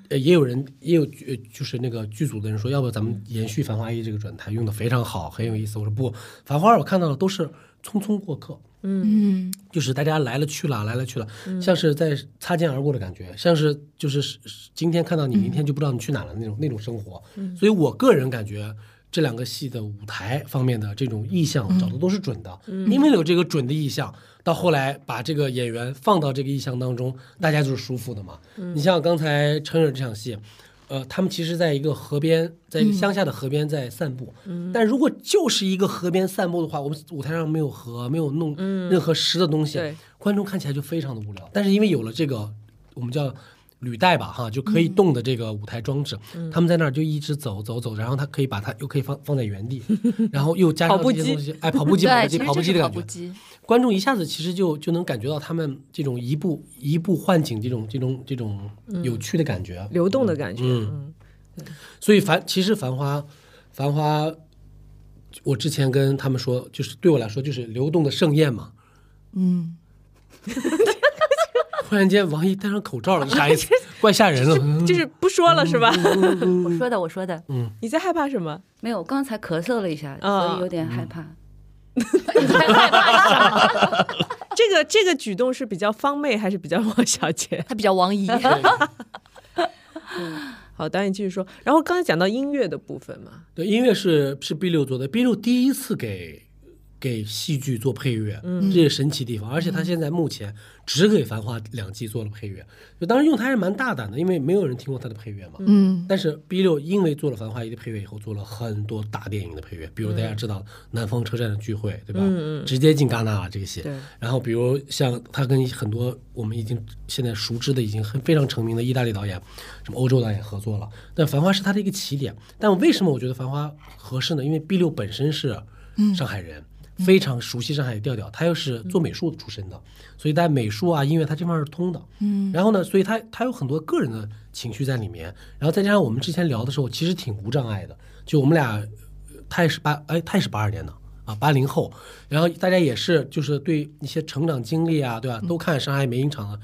[SPEAKER 3] 呃，也有人也有呃，就是那个剧组的人说，要不咱们延续《繁花一》这个转台，用的非常好，很有意思。我说不，《繁花二》我看到的都是匆匆过客，
[SPEAKER 4] 嗯，
[SPEAKER 3] 就是大家来了去了，来了去了，像是在擦肩而过的感觉，像是就是是是今天看到你，明天就不知道你去哪了那种那种生活。所以我个人感觉。这两个戏的舞台方面的这种意向找的都是准的，因为有这个准的意向，到后来把这个演员放到这个意向当中，大家就是舒服的嘛。你像刚才陈惹这场戏，呃，他们其实在一个河边，在
[SPEAKER 4] 嗯
[SPEAKER 3] 一个乡下的河边在散步。但如果就是一个河边散步的话，我们舞台上没有河，没有弄
[SPEAKER 4] 嗯
[SPEAKER 3] 任何湿的东西，
[SPEAKER 2] 对
[SPEAKER 3] 观众看起来就非常的无聊。但是因为有了这个，我们叫。履带吧，哈，就可
[SPEAKER 4] 嗯
[SPEAKER 3] 以动的这个舞台装置，他们在那儿就一直走走走，然后他可以把它又可以放放在原地，然后又加上
[SPEAKER 2] 跑步
[SPEAKER 3] 这
[SPEAKER 2] 机
[SPEAKER 3] 些东西，哎，跑步机，跑步
[SPEAKER 4] 对，
[SPEAKER 3] 机，
[SPEAKER 4] 其实
[SPEAKER 3] 跑步
[SPEAKER 4] 这
[SPEAKER 3] 机
[SPEAKER 4] 是
[SPEAKER 3] 的
[SPEAKER 4] 跑
[SPEAKER 3] 感觉
[SPEAKER 4] 步，机，
[SPEAKER 3] 观众一下子其实就就能感觉到他们这种移步移步换景这种这种这种有趣的感觉。
[SPEAKER 2] 流动的感觉，
[SPEAKER 3] 嗯所以繁其实繁花，繁花，我之前跟他们说，就是对我来说就是流动的盛宴嘛。
[SPEAKER 4] 嗯，
[SPEAKER 3] 突然间，王一戴上口罩了，啥意思？怪吓 人了。
[SPEAKER 2] 嗯就是不说了是吧？
[SPEAKER 6] 我说的，我说的，
[SPEAKER 2] 你在害怕什么？
[SPEAKER 6] 没有，刚才咳嗽了一下，
[SPEAKER 2] 啊
[SPEAKER 6] 所以有点害怕。
[SPEAKER 7] 你在害怕什么？
[SPEAKER 2] 这个这个举动是比较方妹还是比较王小姐？
[SPEAKER 4] 他比较 王姨，
[SPEAKER 2] 好，导演继续说。然后刚才讲到音乐的部分嘛，
[SPEAKER 3] 对，音乐是是 B 六做的，B 六第一次给给戏剧做配乐，这是神奇地方。而且他现在目前只给《繁花》两季做了配乐，就当时用他还是蛮大胆的，因为没有人听过他的配乐嘛。
[SPEAKER 4] 嗯，
[SPEAKER 3] 但是 B 六因为做了《繁花一》的配乐以后，做了很多大电影的配乐，比如大家知道《南方车站的聚会》，对吧？
[SPEAKER 2] 嗯嗯嗯
[SPEAKER 3] 直接进戛纳了这个戏。
[SPEAKER 2] 对
[SPEAKER 3] 然后比如像他跟很多我们已经现在熟知的、已经很非常成名的意大利导演、什么欧洲导演合作了。但《繁花》是他的一个起点。但为什么我觉得《繁花》合适呢？因为 B 六本身是
[SPEAKER 2] 嗯
[SPEAKER 3] 上海人。非常熟悉上海的调调，他又是做美术出身的，所以在美术啊、音乐他这方面是通的。嗯，然后呢，所以他他有很多个人的情绪在里面，然后再加上我们之前聊的时候，其实挺无障碍的，就我们俩，呃他也是八哎，他也是八二年的啊，八零后，然后大家也是就是对一些成长经历啊，对吧，都看上海美影厂的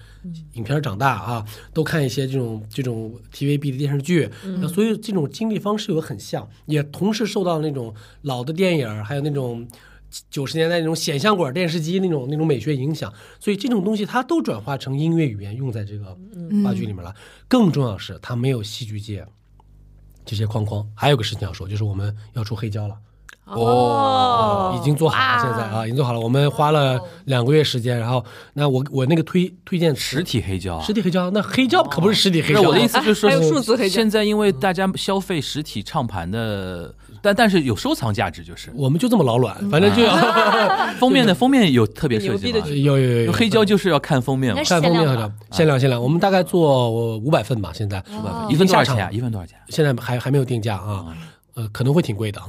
[SPEAKER 3] 影片长大啊，都看一些这种这种 TVB 的电视剧，那、所以这种经历方式有很像，也同时受到那种老的电影儿还有那种。九十年代那种显像管电视机那种那种美学影响，所以这种东西它都转化成音乐语言用在这个话剧里面了。更重要的是，它没有戏剧界这些框框。还有个事情要说，就是我们要出黑胶了。
[SPEAKER 2] 哦
[SPEAKER 3] 已经做好了，现在啊，已经做好了。我们花了两个月时间，然后那我我那个推推荐词
[SPEAKER 5] 实体黑胶啊
[SPEAKER 3] 实。体黑胶，那黑胶可不是实体黑胶。啊
[SPEAKER 5] 那我的意思就是说，
[SPEAKER 2] 还有数字黑胶
[SPEAKER 5] 现在因为大家消费实体唱盘的，但但是有收藏价值，就是
[SPEAKER 3] 我们就这么老卵，反正就
[SPEAKER 5] 封面的封面有特别设
[SPEAKER 2] 牛逼
[SPEAKER 5] 计
[SPEAKER 2] 的
[SPEAKER 5] 吗？
[SPEAKER 3] 有有有有
[SPEAKER 5] 黑胶就是要看封面嘛，
[SPEAKER 3] 看封面的，限量限量。我们大概做五百份吧，现在五百
[SPEAKER 5] 一份多少钱啊？一份多少钱啊？
[SPEAKER 3] 现在还还没有定价啊，
[SPEAKER 5] 嗯
[SPEAKER 3] 呃，可能会挺贵的，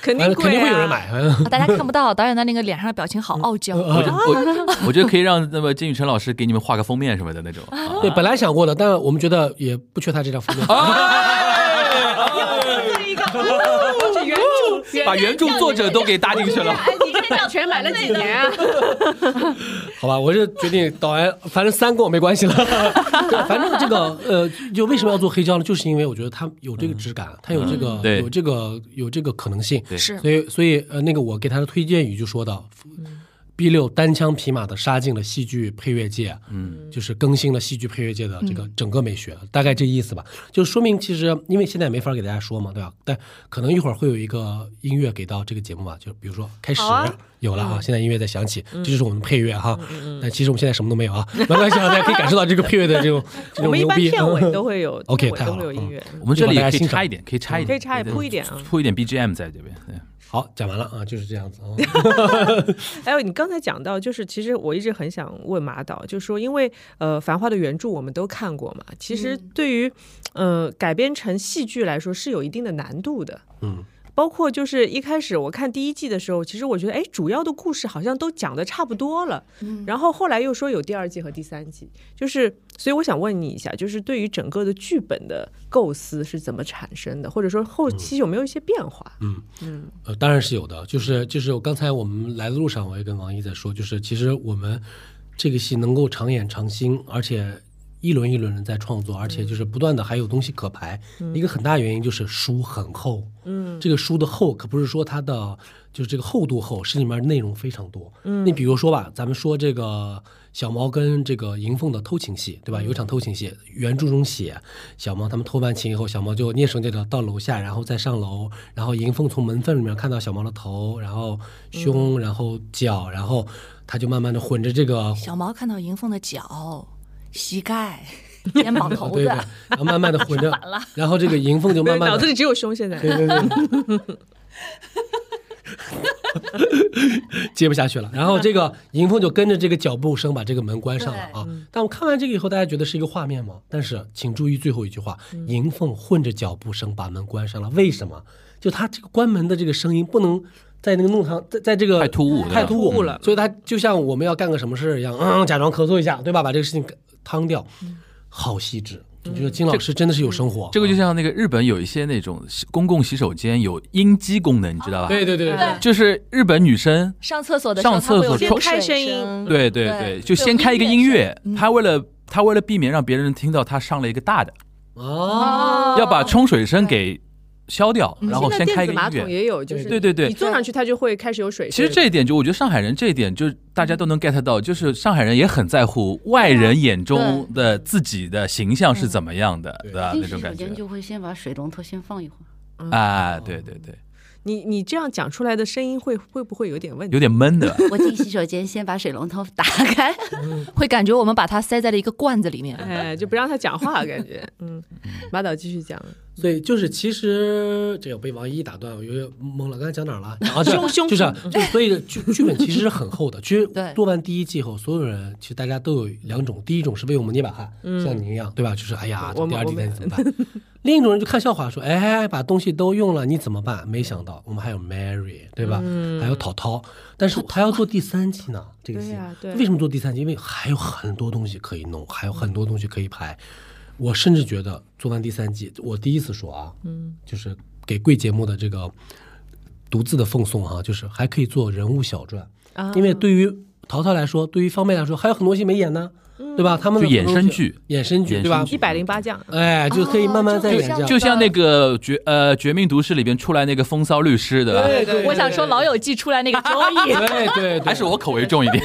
[SPEAKER 2] 肯
[SPEAKER 3] 反
[SPEAKER 2] 定
[SPEAKER 3] 正
[SPEAKER 2] 贵、啊，
[SPEAKER 3] 哎肯定会有人。买。反正
[SPEAKER 4] 哦大家看不到导演的那个脸上的表情好傲娇，
[SPEAKER 5] 我觉得我我觉得可以让那么金宇辰老师给你们画个封面什么的那种。啊
[SPEAKER 3] 对，本来想过的，但我们觉得也不缺他这张 封面。
[SPEAKER 2] 一个，哦这原著
[SPEAKER 5] 把原著作者都给搭进去了，
[SPEAKER 7] 你这版权买了几年 啊？
[SPEAKER 3] 好吧，我是决定导完，反正三跟我没关系 了。对，反正这个呃，就为什么要做黑胶呢？就是因为我觉得它有这个质感，它有这个、
[SPEAKER 5] 嗯对
[SPEAKER 3] 有这个有这个可能性。
[SPEAKER 5] 对
[SPEAKER 4] 是
[SPEAKER 3] 所以所以呃，那个我给他的推荐语就说到。B
[SPEAKER 2] 嗯
[SPEAKER 3] 六单枪匹马的杀进了戏剧配乐界，嗯，就是更新了戏剧配乐界的
[SPEAKER 2] 嗯
[SPEAKER 3] 这个整个美学，大概这意思吧。就说明其实因为现在没法给大家说嘛，对吧？但可能一会儿会有一个音乐给到这个节目吧，就比如说开始、
[SPEAKER 2] 好啊嗯
[SPEAKER 3] 有了啊，现在音乐在响起，这就是我们的配乐哈、但其实我们现在什么都没有啊，没关系啊，大家可以感受到这个配乐的这种 这
[SPEAKER 2] 我
[SPEAKER 3] 种
[SPEAKER 2] 们一
[SPEAKER 3] 牛
[SPEAKER 2] 般
[SPEAKER 3] 逼。嗯
[SPEAKER 2] 片尾都会有
[SPEAKER 3] OK，
[SPEAKER 2] 片尾
[SPEAKER 3] 太
[SPEAKER 2] 都
[SPEAKER 3] 好
[SPEAKER 2] 会有
[SPEAKER 3] 了嗯
[SPEAKER 2] 音乐，嗯
[SPEAKER 5] 我们这里也可以插一点，可以插一点，
[SPEAKER 2] 可以插一点铺一点啊
[SPEAKER 5] 铺一点 BGM 在这边。对
[SPEAKER 3] 好，讲完了啊，就是这样子啊。
[SPEAKER 2] 还哎有你刚才讲到，就是其实我一直很想问马导，就是说，因为呃，《繁花》的原著我们都看过嘛，其实对于、呃改编成戏剧来说是有一定的难度的。
[SPEAKER 3] 嗯，
[SPEAKER 2] 包括就是一开始我看第一季的时候，其实我觉得哎，主要的故事好像都讲的差不多了。然后后来又说有第二季和第三季，就是所以我想问你一下，就是对于整个的剧本的构思是怎么产生的，或者说
[SPEAKER 3] 嗯
[SPEAKER 2] 后期有没有一些变化？
[SPEAKER 3] 呃，当然是有的，就是就是我刚才我们来的路上，我也跟王一在说，就是其实我们这个戏能够长演长新，而且一轮一轮的在创作，而且就是不断的还有东西可排。一个很大原因就是书很厚，嗯，这个书的厚可不是说它的就是这个厚度厚，是里面内容非常多。嗯，你比如说吧，咱们说这个小毛跟这个银凤的偷情戏，对吧？有一场偷情戏，原著中写小毛他们偷完情以后，小毛就蹑手蹑脚到楼下，然后再上楼，然后银凤从门缝里面看到小毛的头，然后胸，然后脚，然后他就慢慢的混着这个
[SPEAKER 4] 小毛看到银凤的脚、膝盖、肩膀、头
[SPEAKER 3] 对对，
[SPEAKER 4] 子，
[SPEAKER 3] 然后慢慢的混着，然后这个银凤就
[SPEAKER 2] 没有
[SPEAKER 3] 慢慢
[SPEAKER 2] 脑子
[SPEAKER 3] 的。
[SPEAKER 2] 里只有胸，现 在
[SPEAKER 3] 对对对， 接不下去了。然后这个银凤就跟着这个脚步声把这个门关上了啊。
[SPEAKER 5] 嗯
[SPEAKER 3] 但我看完这个以后，大家觉得是一个画面吗？但是请注意最后一句话：银凤混着脚步声把门关上了。为什么？就他这个关门的这个声音不能在那个弄堂，在在这个
[SPEAKER 5] 太突兀了
[SPEAKER 3] 太突
[SPEAKER 2] 突
[SPEAKER 3] 兀
[SPEAKER 2] 兀了
[SPEAKER 3] 所以他就像我们要干个什么事儿一样，嗯，假装咳嗽一下，对吧？把这个事情给趟掉，好细致。就觉得金老师真的是有生活，啊
[SPEAKER 5] 这个就像那个日本有一些那种公共洗手间有音机功能，你知道吧？
[SPEAKER 3] 对对对对对。
[SPEAKER 5] 就是日本女生，
[SPEAKER 4] 上厕所的时候
[SPEAKER 5] 上厕所
[SPEAKER 4] 它会有
[SPEAKER 5] 先
[SPEAKER 2] 开声
[SPEAKER 4] 水
[SPEAKER 2] 音
[SPEAKER 5] 对对
[SPEAKER 4] 嗯对
[SPEAKER 5] 对，就先开一个音乐，她为了她
[SPEAKER 3] 啊
[SPEAKER 5] 为了避免让别人听到，她上了一个大的，
[SPEAKER 3] 哦，
[SPEAKER 5] 要把冲水声给消掉，然后
[SPEAKER 2] 现
[SPEAKER 5] 先
[SPEAKER 2] 在
[SPEAKER 5] 开
[SPEAKER 2] 电子
[SPEAKER 5] 一个
[SPEAKER 2] 马桶
[SPEAKER 5] 音乐。
[SPEAKER 2] 也有，就是
[SPEAKER 5] 对对对
[SPEAKER 2] 你坐上去它就会开始有水
[SPEAKER 5] 其
[SPEAKER 2] 声。
[SPEAKER 5] 实这一点，就我觉得上海人这一点，就是大家都能 get 到，就是上海人也很在乎外人眼中的自己的形象是怎么样的，对吧？
[SPEAKER 6] 进
[SPEAKER 5] 那
[SPEAKER 6] 洗
[SPEAKER 5] 种
[SPEAKER 6] 手
[SPEAKER 5] 感觉
[SPEAKER 6] 间就会先把水龙头先放一会儿。
[SPEAKER 5] 啊，对对对，
[SPEAKER 2] 你你这样讲出来的声音会会不会有点问题？
[SPEAKER 5] 有点闷的。
[SPEAKER 6] 我进洗手间先把水龙头打 开，
[SPEAKER 7] 会感觉我们把它塞在了一个罐子里面。
[SPEAKER 2] 哎，就不让他讲话，感觉嗯。马导继续讲，
[SPEAKER 3] 所以就是，其实这个被王一打断，我有点懵了。刚才讲哪 儿了？然后就
[SPEAKER 2] 胸胸
[SPEAKER 3] 就是啊，就所以剧剧本其实是很厚的。其实
[SPEAKER 4] 对
[SPEAKER 3] 做完第一季后，所有人其实大家都有两种，第一种是为我们捏把汗，像你一样，对吧？就是哎呀，
[SPEAKER 2] 嗯我
[SPEAKER 3] 这第二
[SPEAKER 2] 我
[SPEAKER 3] 季
[SPEAKER 2] 们
[SPEAKER 3] 该怎么办？另一种人就看笑话说，哎，把东西都用了，你怎么办？没想到我们还有 Mary，对吧？还有淘淘，但是还要做第三期 呢。这个
[SPEAKER 2] 嗯对
[SPEAKER 3] 戏
[SPEAKER 2] 呀对
[SPEAKER 3] 为什么做第三期？因为还有很多东西可以弄，还有很多东西可以拍。我甚至觉得做完第三季，我第一次说啊，嗯，就是给贵节目的这个独自的奉送哈、就是还可以做人物小传，
[SPEAKER 2] 啊
[SPEAKER 3] 因为对于淘淘来说，对于方妹来说，还有很多戏没演呢，
[SPEAKER 2] 嗯
[SPEAKER 3] 对吧？他们的
[SPEAKER 5] 就衍
[SPEAKER 3] 很多东
[SPEAKER 5] 生剧
[SPEAKER 3] 西、衍生剧，
[SPEAKER 5] 衍
[SPEAKER 3] 对吧
[SPEAKER 5] 生？剧啊
[SPEAKER 2] 一百零八将，
[SPEAKER 3] 哎，就可以慢慢再
[SPEAKER 4] 就
[SPEAKER 3] 演这样。
[SPEAKER 5] 就像那个绝呃《绝命毒师》里边出来那个风骚律师，对吧？
[SPEAKER 2] 对对
[SPEAKER 7] 我想说《老友记》出来那个周 易，
[SPEAKER 3] 对对对，
[SPEAKER 5] 还是我口味重一点。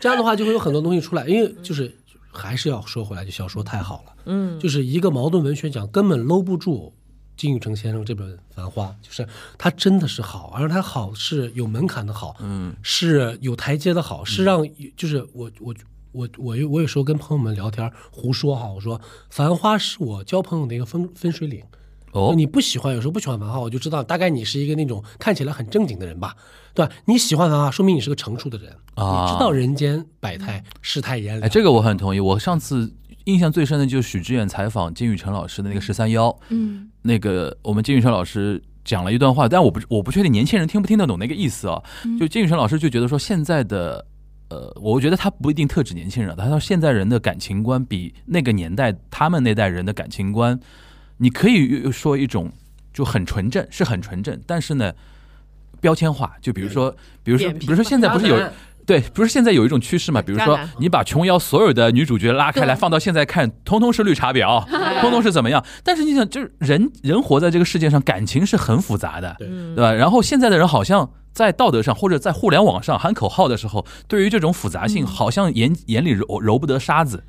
[SPEAKER 3] 这样的话就会有很多东西出来，因为就是还是要说回来，就小说太好了，嗯，就是一个矛盾文学奖根本搂不住金宇澄先生这本《繁花》，就是它真的是好，而它好是有门槛的好，
[SPEAKER 5] 嗯，
[SPEAKER 3] 是有台阶的好，是让就是我我。我我有我有时候跟朋友们聊天胡说哈，我说《繁花》是我交朋友的一个分分水岭，
[SPEAKER 5] 哦，
[SPEAKER 3] 你不喜欢，有时候不喜欢繁花，我就知道大概你是一个那种看起来很正经的人吧，对吧？你喜欢繁花，说明你是个成熟的人，
[SPEAKER 5] 啊
[SPEAKER 3] 你知道人间百态，世态炎
[SPEAKER 5] 哎，
[SPEAKER 3] 凉。
[SPEAKER 5] 这个我很同意。我上次印象最深的就是许知远采访金宇澄老师的那个十三幺，
[SPEAKER 4] 嗯，
[SPEAKER 5] 那个我们金宇澄老师讲了一段话，但我不我不确定年轻人听不听得懂那个意思啊。
[SPEAKER 2] 嗯
[SPEAKER 5] 就金宇澄老师就觉得说现在的。呃，我觉得他不一定特指年轻人，他说现在人的感情观比那个年代他们那代人的感情观，你可以说一种就很纯正，是很纯正，但是呢，标签化，就比如说，比如说，
[SPEAKER 2] 扁平
[SPEAKER 5] 比如说现在不是有
[SPEAKER 3] 渣男
[SPEAKER 5] 对，不是现在有一种趋势嘛？比如说
[SPEAKER 2] 渣男，
[SPEAKER 5] 你把琼瑶所有的女主角拉开来
[SPEAKER 4] 对
[SPEAKER 5] 放到现在看，通通是绿茶婊，
[SPEAKER 2] 哎
[SPEAKER 5] 通通是怎么样？但是你想，就是人人活在这个世界上，感情是很复杂的，
[SPEAKER 3] 对
[SPEAKER 2] 嗯
[SPEAKER 5] 对吧？然后现在的人好像在道德上或者在互联网上喊口号的时候，对于这种复杂
[SPEAKER 2] 嗯
[SPEAKER 5] 性，好像眼眼里揉揉不得沙子。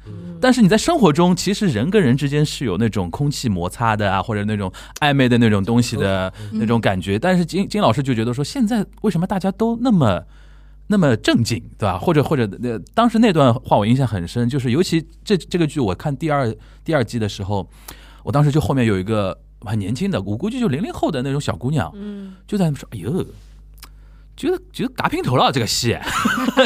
[SPEAKER 5] 但是你在生活中，其实人跟人之间是有那种空气摩擦的啊，或者那种暧昧的那种东西的
[SPEAKER 2] 嗯
[SPEAKER 5] 那种感觉。但是金金老师就觉得说，现在为什么大家都那么那么正经，对吧？或者或者呃，当时那段话我印象很深，就是尤其这这个剧，我看第二第二季的时候，我当时就后面有一个很年轻的，我估计就零零后的那种小姑娘，嗯，就在那边说，哎呦。觉得觉得嘎平头了，这个 戏，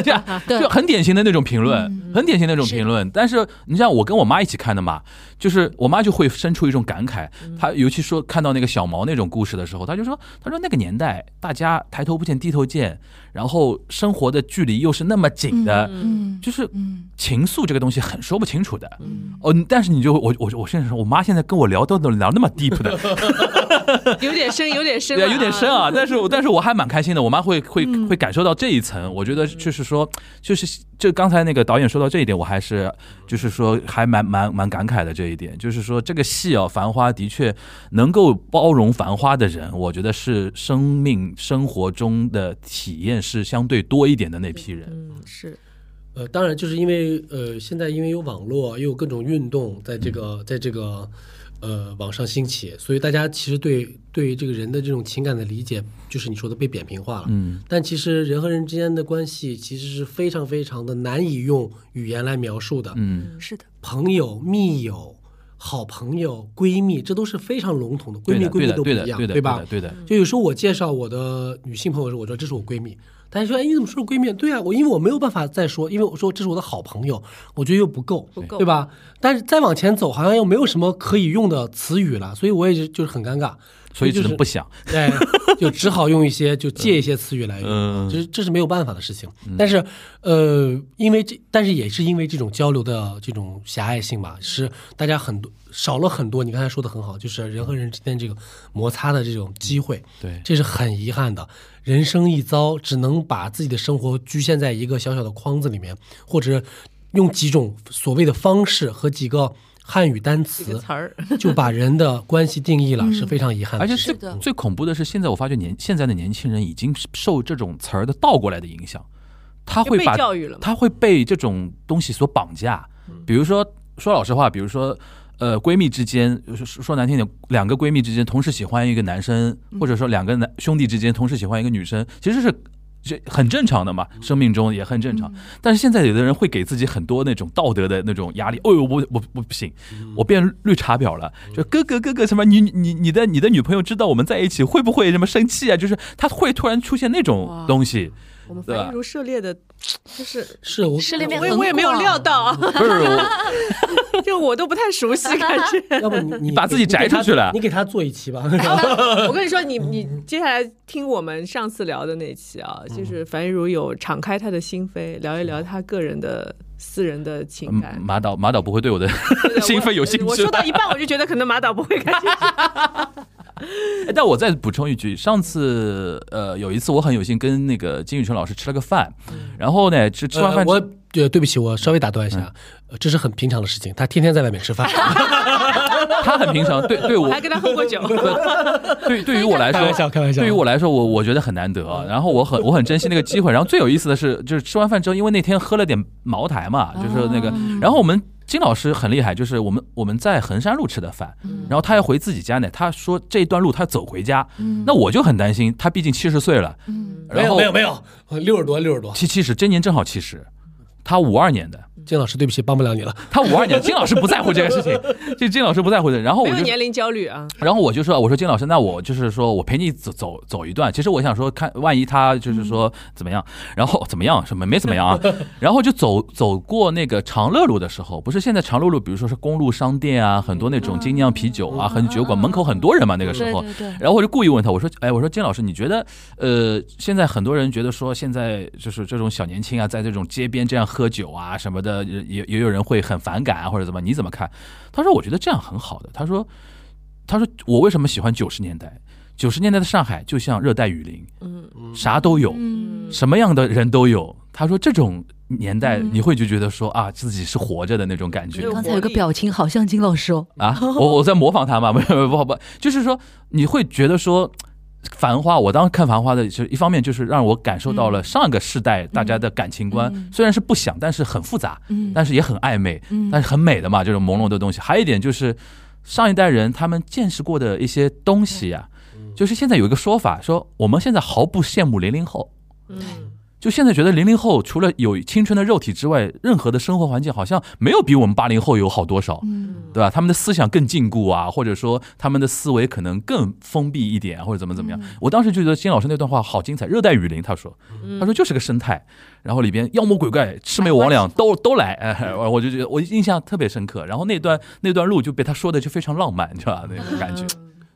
[SPEAKER 5] 这样
[SPEAKER 4] 对
[SPEAKER 5] 就很典型的那种评论，很典型的那种评论。但嗯是你像我跟我妈一起看的嘛，就是我妈就会生出一种感慨，她尤其说看到那个小毛那种故事的时候，她就说，她说那个年代大家抬头不见低头见，然后生活的距离又是那么紧的，
[SPEAKER 4] 嗯
[SPEAKER 5] 就是
[SPEAKER 4] 嗯，
[SPEAKER 5] 情愫这个东西很说不清楚的。哦，但是你就我我我甚至说，我妈现在跟我聊都能聊那么 deep 的，
[SPEAKER 2] 有点深，有点深了
[SPEAKER 5] 对，
[SPEAKER 2] 啊，
[SPEAKER 5] 有点深啊。但 是我但是我还蛮开心的，我妈会会
[SPEAKER 4] 嗯
[SPEAKER 5] 会感受到这一层。我觉得就是说，就是就刚才那个导演说到这一点，我还是就是说还蛮蛮蛮感慨的这一点，就是说这个戏啊，《繁花》的确能够包容《繁花》的人，我觉得是生命生活中的体验是相对多一点的那批人。
[SPEAKER 2] 嗯，是
[SPEAKER 3] 呃，当然就是因为呃，现在因为有网络，又有各种运动在这个在这个呃网上兴起，所以大家其实对对于这个人的这种情感的理解，就是你说的被扁平化了。
[SPEAKER 5] 嗯，
[SPEAKER 3] 但其实人和人之间的关系其实是非常非常的难以用语言来描述的。
[SPEAKER 5] 嗯。
[SPEAKER 4] 是的，
[SPEAKER 3] 朋友、密友、好朋友、闺蜜，这都是非常笼统的，闺
[SPEAKER 5] 对
[SPEAKER 3] 蜜
[SPEAKER 5] 的，
[SPEAKER 3] 闺
[SPEAKER 5] 对
[SPEAKER 3] 蜜
[SPEAKER 5] 的，
[SPEAKER 3] 都不
[SPEAKER 5] 对
[SPEAKER 3] 一
[SPEAKER 5] 的，
[SPEAKER 3] 样，
[SPEAKER 5] 对的，
[SPEAKER 3] 吧
[SPEAKER 5] 对？的，对的
[SPEAKER 3] 就有时候我介绍我的女性朋友的时候，我说这是我闺蜜，大家说哎你怎么说是闺蜜？对啊，我因为我没有办法再说，因为我说这是我的好朋友，我觉得又不够，
[SPEAKER 2] 不够
[SPEAKER 3] 对？吧？但是再往前走，好像又没有什么可以用的词语了，所以我也就就是很尴尬，
[SPEAKER 5] 所以只
[SPEAKER 3] 就
[SPEAKER 5] 能
[SPEAKER 3] 是
[SPEAKER 5] 不想。
[SPEAKER 3] 对，哎就只好用一些就借一些词语来用，
[SPEAKER 5] 嗯
[SPEAKER 3] 这是这是没有办法的事情。但是，呃，因为这，但是也是因为这种交流的这种狭隘性吧，是大家很多少了很多。你刚才说的很好，就是人和人之间这个摩擦的这种机会，
[SPEAKER 5] 对
[SPEAKER 3] 这是很遗憾的。人生一遭，只能把自己的生活局限在一个小小的框子里面，或者用几种所谓的方式和几个汉语单
[SPEAKER 2] 这个
[SPEAKER 3] 词
[SPEAKER 2] 词儿，
[SPEAKER 3] 就把人的关系定义了，
[SPEAKER 4] 嗯
[SPEAKER 3] 是非常遗憾的
[SPEAKER 5] 而且
[SPEAKER 3] 事
[SPEAKER 5] 最
[SPEAKER 4] 是的
[SPEAKER 5] 最恐怖的是，现在我发觉年现在的年轻人已经受这种词儿的倒过来的影响，他
[SPEAKER 2] 就
[SPEAKER 5] 会
[SPEAKER 2] 被
[SPEAKER 5] 把
[SPEAKER 2] 教育了嘛？
[SPEAKER 5] 他会被这种东西所绑架。比如说，说老实话，比如说，呃，闺蜜之间，说说难听点，两个闺蜜之间同时喜欢一个男生，或者说两个男兄弟之间同时喜欢一个女生，其实是。这很正常的嘛，生命中也很正常。但是现在有的人会给自己很多那种道德的那种压力。哦呦，我我我不行，我变绿茶婊了。就哥哥哥哥什么，你你你的你的女朋友知道我们在一起会不会什么生气啊？就是他会突然出现那种
[SPEAKER 2] 哇
[SPEAKER 5] 东西。
[SPEAKER 2] 我们
[SPEAKER 5] 对
[SPEAKER 2] 反
[SPEAKER 5] 吧
[SPEAKER 2] 应如涉猎的，就是
[SPEAKER 3] 是我
[SPEAKER 4] 是里面
[SPEAKER 2] 我也
[SPEAKER 4] 很
[SPEAKER 2] 我也没有
[SPEAKER 4] 广
[SPEAKER 2] 料到啊，
[SPEAKER 5] 不是我
[SPEAKER 2] 就我都不太熟悉，感觉。
[SPEAKER 3] 要不 你你
[SPEAKER 5] 把自己摘出去了
[SPEAKER 3] 你给他你给他做一期吧。
[SPEAKER 2] 我跟你说，你你接下来听我们上次聊的那期啊，就是
[SPEAKER 5] 嗯
[SPEAKER 2] 樊玉茹有敞开她的心扉，聊一聊她个人的私人的情感
[SPEAKER 5] 嗯，。马导马导不会对我的
[SPEAKER 2] 对
[SPEAKER 5] 兴奋有
[SPEAKER 2] 我
[SPEAKER 5] 兴
[SPEAKER 2] 我
[SPEAKER 5] 趣
[SPEAKER 2] 说。到一半，我就觉得可能马导不会开 心。
[SPEAKER 5] 哎但我再补充一句，上次呃有一次我很有幸跟那个金宇澄老师吃了个饭，
[SPEAKER 2] 嗯
[SPEAKER 5] 然后呢 吃吃完嗯
[SPEAKER 3] 呃
[SPEAKER 5] 饭之
[SPEAKER 3] 我对对不起，我稍微打断一下，呃这是很平常的事情，他天天在外面吃 饭，
[SPEAKER 5] 他很平常，对对
[SPEAKER 2] 我
[SPEAKER 5] 我
[SPEAKER 2] 还跟他喝过酒，
[SPEAKER 5] 对对于我来
[SPEAKER 3] 开玩
[SPEAKER 5] 说。
[SPEAKER 3] 笑开玩笑。
[SPEAKER 5] 对于我来说，我我觉得很难得啊，然后我很我很珍惜那个机会。然后最有意思的是，就是吃完饭之后，因为那天喝了点茅台嘛，就是那个，
[SPEAKER 2] 哦
[SPEAKER 5] 然后我们金老师很厉害，就是我们我们在衡山路吃的饭，
[SPEAKER 2] 嗯
[SPEAKER 5] 然后他要回自己家呢，他说这一段路他要走回家，
[SPEAKER 2] 嗯
[SPEAKER 5] 那我就很担心，他毕竟七十岁了，
[SPEAKER 3] 没
[SPEAKER 5] 然
[SPEAKER 3] 有
[SPEAKER 5] 后
[SPEAKER 3] 没有没有，我六十多六十多，
[SPEAKER 5] 七七十，今年正好七十，他五二年的，
[SPEAKER 3] 金老师对不起，帮不了你了。
[SPEAKER 5] 他五二年，金老师不在乎这个事情， 这金老师不在乎的。然后
[SPEAKER 2] 没
[SPEAKER 5] 我
[SPEAKER 2] 有
[SPEAKER 5] 就，
[SPEAKER 2] 年龄焦虑啊。
[SPEAKER 5] 然后我就说，我说金老师，那我就是说我陪你走走走一段。其实我想说，看万一他就是说
[SPEAKER 7] 嗯
[SPEAKER 5] 怎么样，然后怎么样什么没怎么 样啊，然后就走走过那个长乐路的时候，不是现在长乐路，比如说是公路商店啊，很多那
[SPEAKER 7] 嗯
[SPEAKER 5] 种精酿啤酒啊，很酒馆门口很多人嘛，那个时候，
[SPEAKER 7] 对，
[SPEAKER 5] 然后我就故意问他，我说：“哎，我说金老师，你觉得，呃，现在很多人觉得说，现在就是这种小年轻啊，在这种街边这样喝酒啊什么的，也也也有人会很反感啊，或者怎么？你怎么看？”他说：“我觉得这样很好的。”他说：“他说我为什么喜欢九十年代？九十年代的上海就像热带雨林，
[SPEAKER 2] 嗯，
[SPEAKER 5] 啥都有，
[SPEAKER 7] 嗯，
[SPEAKER 5] 什么样的人都有。”他说：“这种年代，你会就觉得说啊，自己是活着的那种感觉。”
[SPEAKER 2] 有
[SPEAKER 6] 刚才
[SPEAKER 2] 活
[SPEAKER 6] 有个
[SPEAKER 2] 力
[SPEAKER 6] 表情好像金老师哦，
[SPEAKER 5] 啊，我我在模仿他嘛，不不不不，就是说你会觉得说。繁花，我当时看《繁花》的，就是一方面就是让我感受到了上个世代大家的感情观，虽然是不想，但是很复杂，
[SPEAKER 4] 嗯
[SPEAKER 5] 但是也很暧昧，但是很美的嘛，这种朦胧的东西。还有一点就是，上一代人他们见识过的一些东西啊，就是现在有一个说法，说我们现在毫不羡慕零零后，
[SPEAKER 2] 嗯，
[SPEAKER 5] 就现在觉得零零后除了有青春的肉体之外，任何的生活环境好像没有比我们八零后有好多少，对吧？他们的思想更禁锢啊，或者说他们的思维可能更封闭一点，或者怎么怎么样。我当时就觉得金老师那段话好精彩，热带雨林，他说，他说就是个生态，然后里边妖魔鬼怪、魑魅魍魉都都来，哎，我我就觉得我印象特别深刻。然后那段那段路就被他说的就非常浪漫，你知道吧？那种感觉，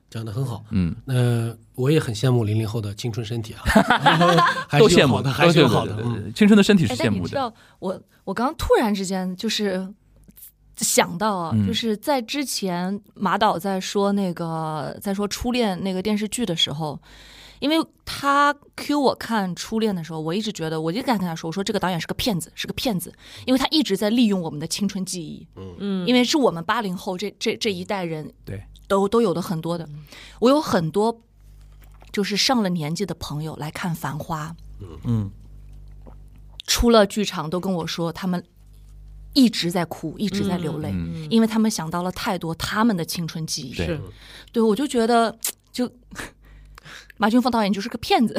[SPEAKER 3] 讲的很好，
[SPEAKER 5] 嗯，
[SPEAKER 3] 呃，我也很羡慕零零后的青春身 体啊，还
[SPEAKER 5] 都
[SPEAKER 3] 是
[SPEAKER 5] 羡
[SPEAKER 3] 有好
[SPEAKER 5] 慕，都
[SPEAKER 3] 的，还是
[SPEAKER 5] 羡
[SPEAKER 3] 有
[SPEAKER 5] 慕
[SPEAKER 3] 好
[SPEAKER 5] 对
[SPEAKER 3] 的
[SPEAKER 5] 对，
[SPEAKER 3] 嗯
[SPEAKER 5] 对青春的身体是
[SPEAKER 4] 哎，
[SPEAKER 5] 羡
[SPEAKER 4] 但你
[SPEAKER 5] 慕
[SPEAKER 4] 知
[SPEAKER 5] 的，
[SPEAKER 4] 道，我我刚刚突然之间就是想到啊，
[SPEAKER 5] 嗯
[SPEAKER 4] 就是在之前马导在说那个在说初恋那个电视剧的时候，因为他 Q 我看初恋的时候，我一直觉得，我就敢跟他说，我说这个导演是个骗子，是个骗子，因为他一直在利用我们的青春记忆，嗯，因为是我们八零后这这这一代人
[SPEAKER 5] 对，
[SPEAKER 4] 都都有的很多的，
[SPEAKER 2] 嗯
[SPEAKER 4] 我有很多就是上了年纪的朋友来看《繁花》，
[SPEAKER 5] 嗯。
[SPEAKER 4] 出了剧场都跟我说，他们一直在哭，一直在流
[SPEAKER 3] 哎
[SPEAKER 4] 泪，
[SPEAKER 5] 嗯
[SPEAKER 4] 因为他们想到了太多他们的青春记忆。
[SPEAKER 5] 对
[SPEAKER 2] 是
[SPEAKER 4] 对我就觉得，就马俊峰导演就是个骗子。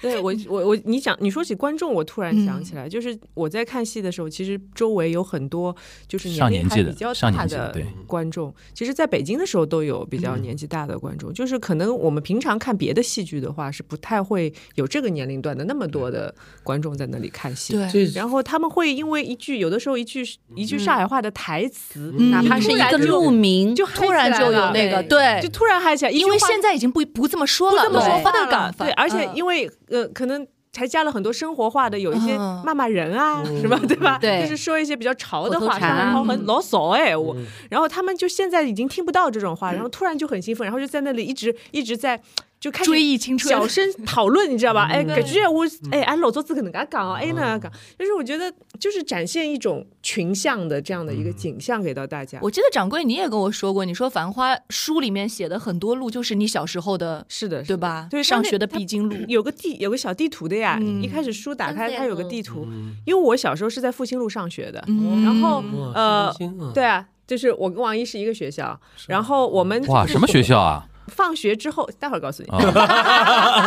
[SPEAKER 2] 对我我我，你讲你说起观众，我突然想起来，就是我在看戏的时候，其实周围有很多就是
[SPEAKER 5] 上
[SPEAKER 2] 龄
[SPEAKER 5] 年
[SPEAKER 2] 还
[SPEAKER 5] 纪
[SPEAKER 2] 比
[SPEAKER 5] 的
[SPEAKER 2] 较
[SPEAKER 5] 上
[SPEAKER 2] 大
[SPEAKER 5] 年纪的
[SPEAKER 2] 的
[SPEAKER 5] 对嗯
[SPEAKER 2] 观众。其实，在北京的时候都有比较年纪大的观众，就是可能我们平常看别的戏剧的话，是不太会有这个年龄段的那么多的观众在那里看戏。。
[SPEAKER 3] 这
[SPEAKER 2] 然后他们会因为一句，有的时候一句一句上海话的台词，
[SPEAKER 3] 嗯
[SPEAKER 2] 哪
[SPEAKER 6] 哪
[SPEAKER 2] 怕
[SPEAKER 6] 怕
[SPEAKER 2] 是
[SPEAKER 6] 是
[SPEAKER 2] 一
[SPEAKER 6] 一
[SPEAKER 2] 个
[SPEAKER 6] 个
[SPEAKER 2] 路
[SPEAKER 6] 路名，
[SPEAKER 2] 就
[SPEAKER 4] 突然就有 那个
[SPEAKER 2] 对，
[SPEAKER 4] 对
[SPEAKER 2] 就，突然嗨起来，一句
[SPEAKER 4] 因为
[SPEAKER 2] 话
[SPEAKER 4] 现在已经不不这么说了，
[SPEAKER 2] 不
[SPEAKER 4] 嗯
[SPEAKER 2] 这么
[SPEAKER 4] 对
[SPEAKER 2] 说话
[SPEAKER 4] 的
[SPEAKER 2] 了
[SPEAKER 4] 感，
[SPEAKER 2] 对，而且
[SPEAKER 4] 为
[SPEAKER 2] 因为呃，可能还加了很多生活化的，有一些
[SPEAKER 4] 嗯
[SPEAKER 2] 骂骂人啊，什么对吧？
[SPEAKER 6] 对
[SPEAKER 2] 就是说一些比较潮的
[SPEAKER 6] 口头
[SPEAKER 2] 话，
[SPEAKER 6] 禅
[SPEAKER 2] 然后
[SPEAKER 6] 嗯
[SPEAKER 2] 很老骚哎我，然后他们就现在已经听不到这种话，然后突然就很兴奋，然后就在那里一直一直在。就开始
[SPEAKER 7] 追忆青春，
[SPEAKER 2] 小声讨论，你知道吧？哎，感觉我哎，俺老早子可能噶讲哦，哎那讲，就是我觉得就是展现一种群像的这样的一个景象给到大家。
[SPEAKER 7] 我记得掌柜你也跟我说过，你说《繁花》书里面写的很多路就是你小时候的，
[SPEAKER 2] 是的，
[SPEAKER 7] 对吧？
[SPEAKER 2] 对
[SPEAKER 7] 上
[SPEAKER 2] 它那
[SPEAKER 7] 学的
[SPEAKER 2] 它
[SPEAKER 7] 必经路。
[SPEAKER 2] 有个地有个小地图的呀，
[SPEAKER 7] 嗯
[SPEAKER 2] 一开始书打开
[SPEAKER 4] 嗯
[SPEAKER 2] 它有个地图，因为我小时候是在复兴路上学的，
[SPEAKER 7] 嗯
[SPEAKER 2] 然后
[SPEAKER 3] 哇
[SPEAKER 2] 呃
[SPEAKER 3] 开心啊
[SPEAKER 2] 对啊，就是我跟王一是一个学校，然后我们
[SPEAKER 5] 哇，什么学校啊？
[SPEAKER 2] 放学之后，待会儿告诉你，
[SPEAKER 5] 啊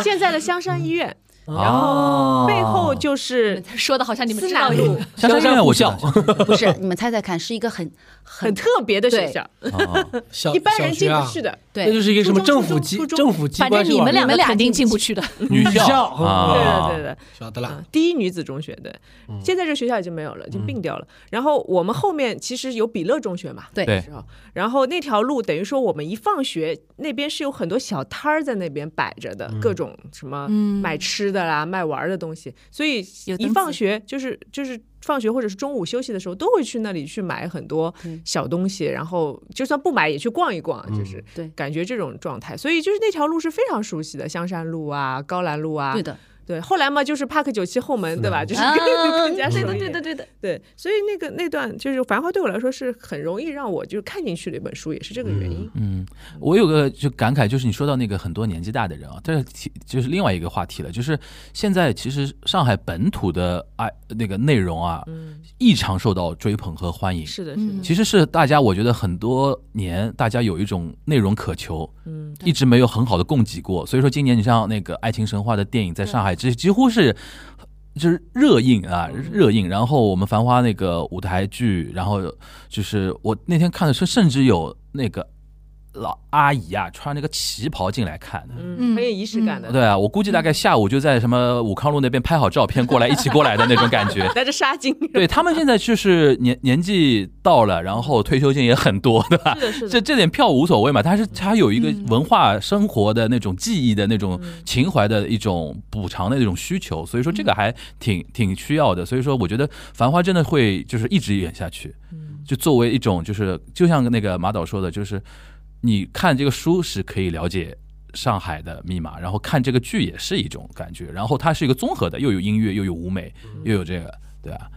[SPEAKER 2] 现在的香山医院，
[SPEAKER 5] 然后
[SPEAKER 2] 背后就是
[SPEAKER 7] 说的好像你们
[SPEAKER 2] 思
[SPEAKER 7] 知
[SPEAKER 2] 南
[SPEAKER 7] 道有
[SPEAKER 2] 路，
[SPEAKER 5] 哦香山医院我叫
[SPEAKER 6] 不是，你们猜猜看，是一个很
[SPEAKER 2] 很
[SPEAKER 6] 很
[SPEAKER 2] 特别的学校，
[SPEAKER 5] 哦
[SPEAKER 3] 小啊
[SPEAKER 2] 一般人进不去
[SPEAKER 3] 的，
[SPEAKER 2] 的。
[SPEAKER 6] 对
[SPEAKER 3] 那就是一个什么
[SPEAKER 2] 初中
[SPEAKER 3] 政府机
[SPEAKER 2] 初中
[SPEAKER 3] 政府机
[SPEAKER 7] 反
[SPEAKER 3] 关
[SPEAKER 7] 正
[SPEAKER 3] 是
[SPEAKER 7] 你
[SPEAKER 3] 吧嗯
[SPEAKER 7] 们两个
[SPEAKER 6] 你们俩
[SPEAKER 7] 肯定进
[SPEAKER 6] 进
[SPEAKER 7] 不
[SPEAKER 6] 不
[SPEAKER 7] 去的。
[SPEAKER 5] 女校
[SPEAKER 3] 校
[SPEAKER 2] 对
[SPEAKER 5] 啊嗯
[SPEAKER 2] 的，，对的，
[SPEAKER 3] 晓得了
[SPEAKER 2] 嗯，第一女子中学对，现在这学校已经没有了，已经并掉了。然后我们后面其实有比乐中学嘛，
[SPEAKER 6] 对
[SPEAKER 5] 对
[SPEAKER 2] 时候，然后那条路等于说我们一放学，那边是有很多小摊儿在那边摆着的，
[SPEAKER 5] 嗯
[SPEAKER 2] 各种什么
[SPEAKER 6] 嗯
[SPEAKER 2] 卖吃的啦、卖玩儿的东西，所以
[SPEAKER 4] 有
[SPEAKER 2] 一
[SPEAKER 4] 灯
[SPEAKER 2] 放
[SPEAKER 4] 子
[SPEAKER 2] 学就是就是放学或者是中午休息的时候，都会去那里去买很多小东西，然后就算不买也去逛一逛，
[SPEAKER 5] 嗯
[SPEAKER 2] 就是
[SPEAKER 6] 对
[SPEAKER 2] 感觉这种状态，所以就是那条路是非常熟悉的，香山路啊、高兰路啊，
[SPEAKER 6] 对的，
[SPEAKER 2] 对，后来嘛，就是 Park 九七后门，对吧？就是
[SPEAKER 7] 啊
[SPEAKER 2] 更更加熟
[SPEAKER 7] 对的，
[SPEAKER 2] 一
[SPEAKER 7] 对
[SPEAKER 2] 点
[SPEAKER 7] 的，对的。
[SPEAKER 2] 对，所以那个那段就是《繁花》对我来说是很容易让我就看进去的一本书，也是这个原因。
[SPEAKER 5] 嗯，我有个就感慨，就是你说到那个很多年纪大的人啊，这提就是另外一个话题了，就是现在其实上海本土的爱那个内容啊，异常受到追捧和欢迎。
[SPEAKER 2] 嗯是的，
[SPEAKER 4] 嗯
[SPEAKER 5] 其实是大家，我觉得很多年大家有一种内容渴求，
[SPEAKER 2] 嗯，
[SPEAKER 5] 一直没有很好的供给过。所以说今年你像那个《爱情神话》的电影在上海，这几乎是就是热映啊，热映。然后我们《繁花》那个舞台剧，然后就是我那天看的是，甚至有那个老阿姨啊，穿那个旗袍进来看的。
[SPEAKER 2] 嗯，很有仪式感的，
[SPEAKER 5] 对啊，我估计大概下午就在什么武康路那边拍好照片过来，一起过来的那种感觉。
[SPEAKER 2] 带着纱巾。
[SPEAKER 5] 对他们现在就是年年纪到了，然后退休金也很多，对吧？
[SPEAKER 2] 是的，嗯是的，
[SPEAKER 5] 这这点票无所谓嘛，它是它有一个文化生活的那种记忆的那
[SPEAKER 2] 嗯
[SPEAKER 5] 种情怀的一种补偿的那种需求，所以说这个
[SPEAKER 2] 嗯
[SPEAKER 5] 还挺挺需要的。所以说，我觉得《繁花》真的会就是一直演下去，
[SPEAKER 2] 嗯
[SPEAKER 5] 就作为一种就是就像那个马导说的，就是你看这个书是可以了解。上海的密码，然后看这个剧也是一种感觉，然后它是一个综合的，又有音乐，又有舞美，又有这个，对吧？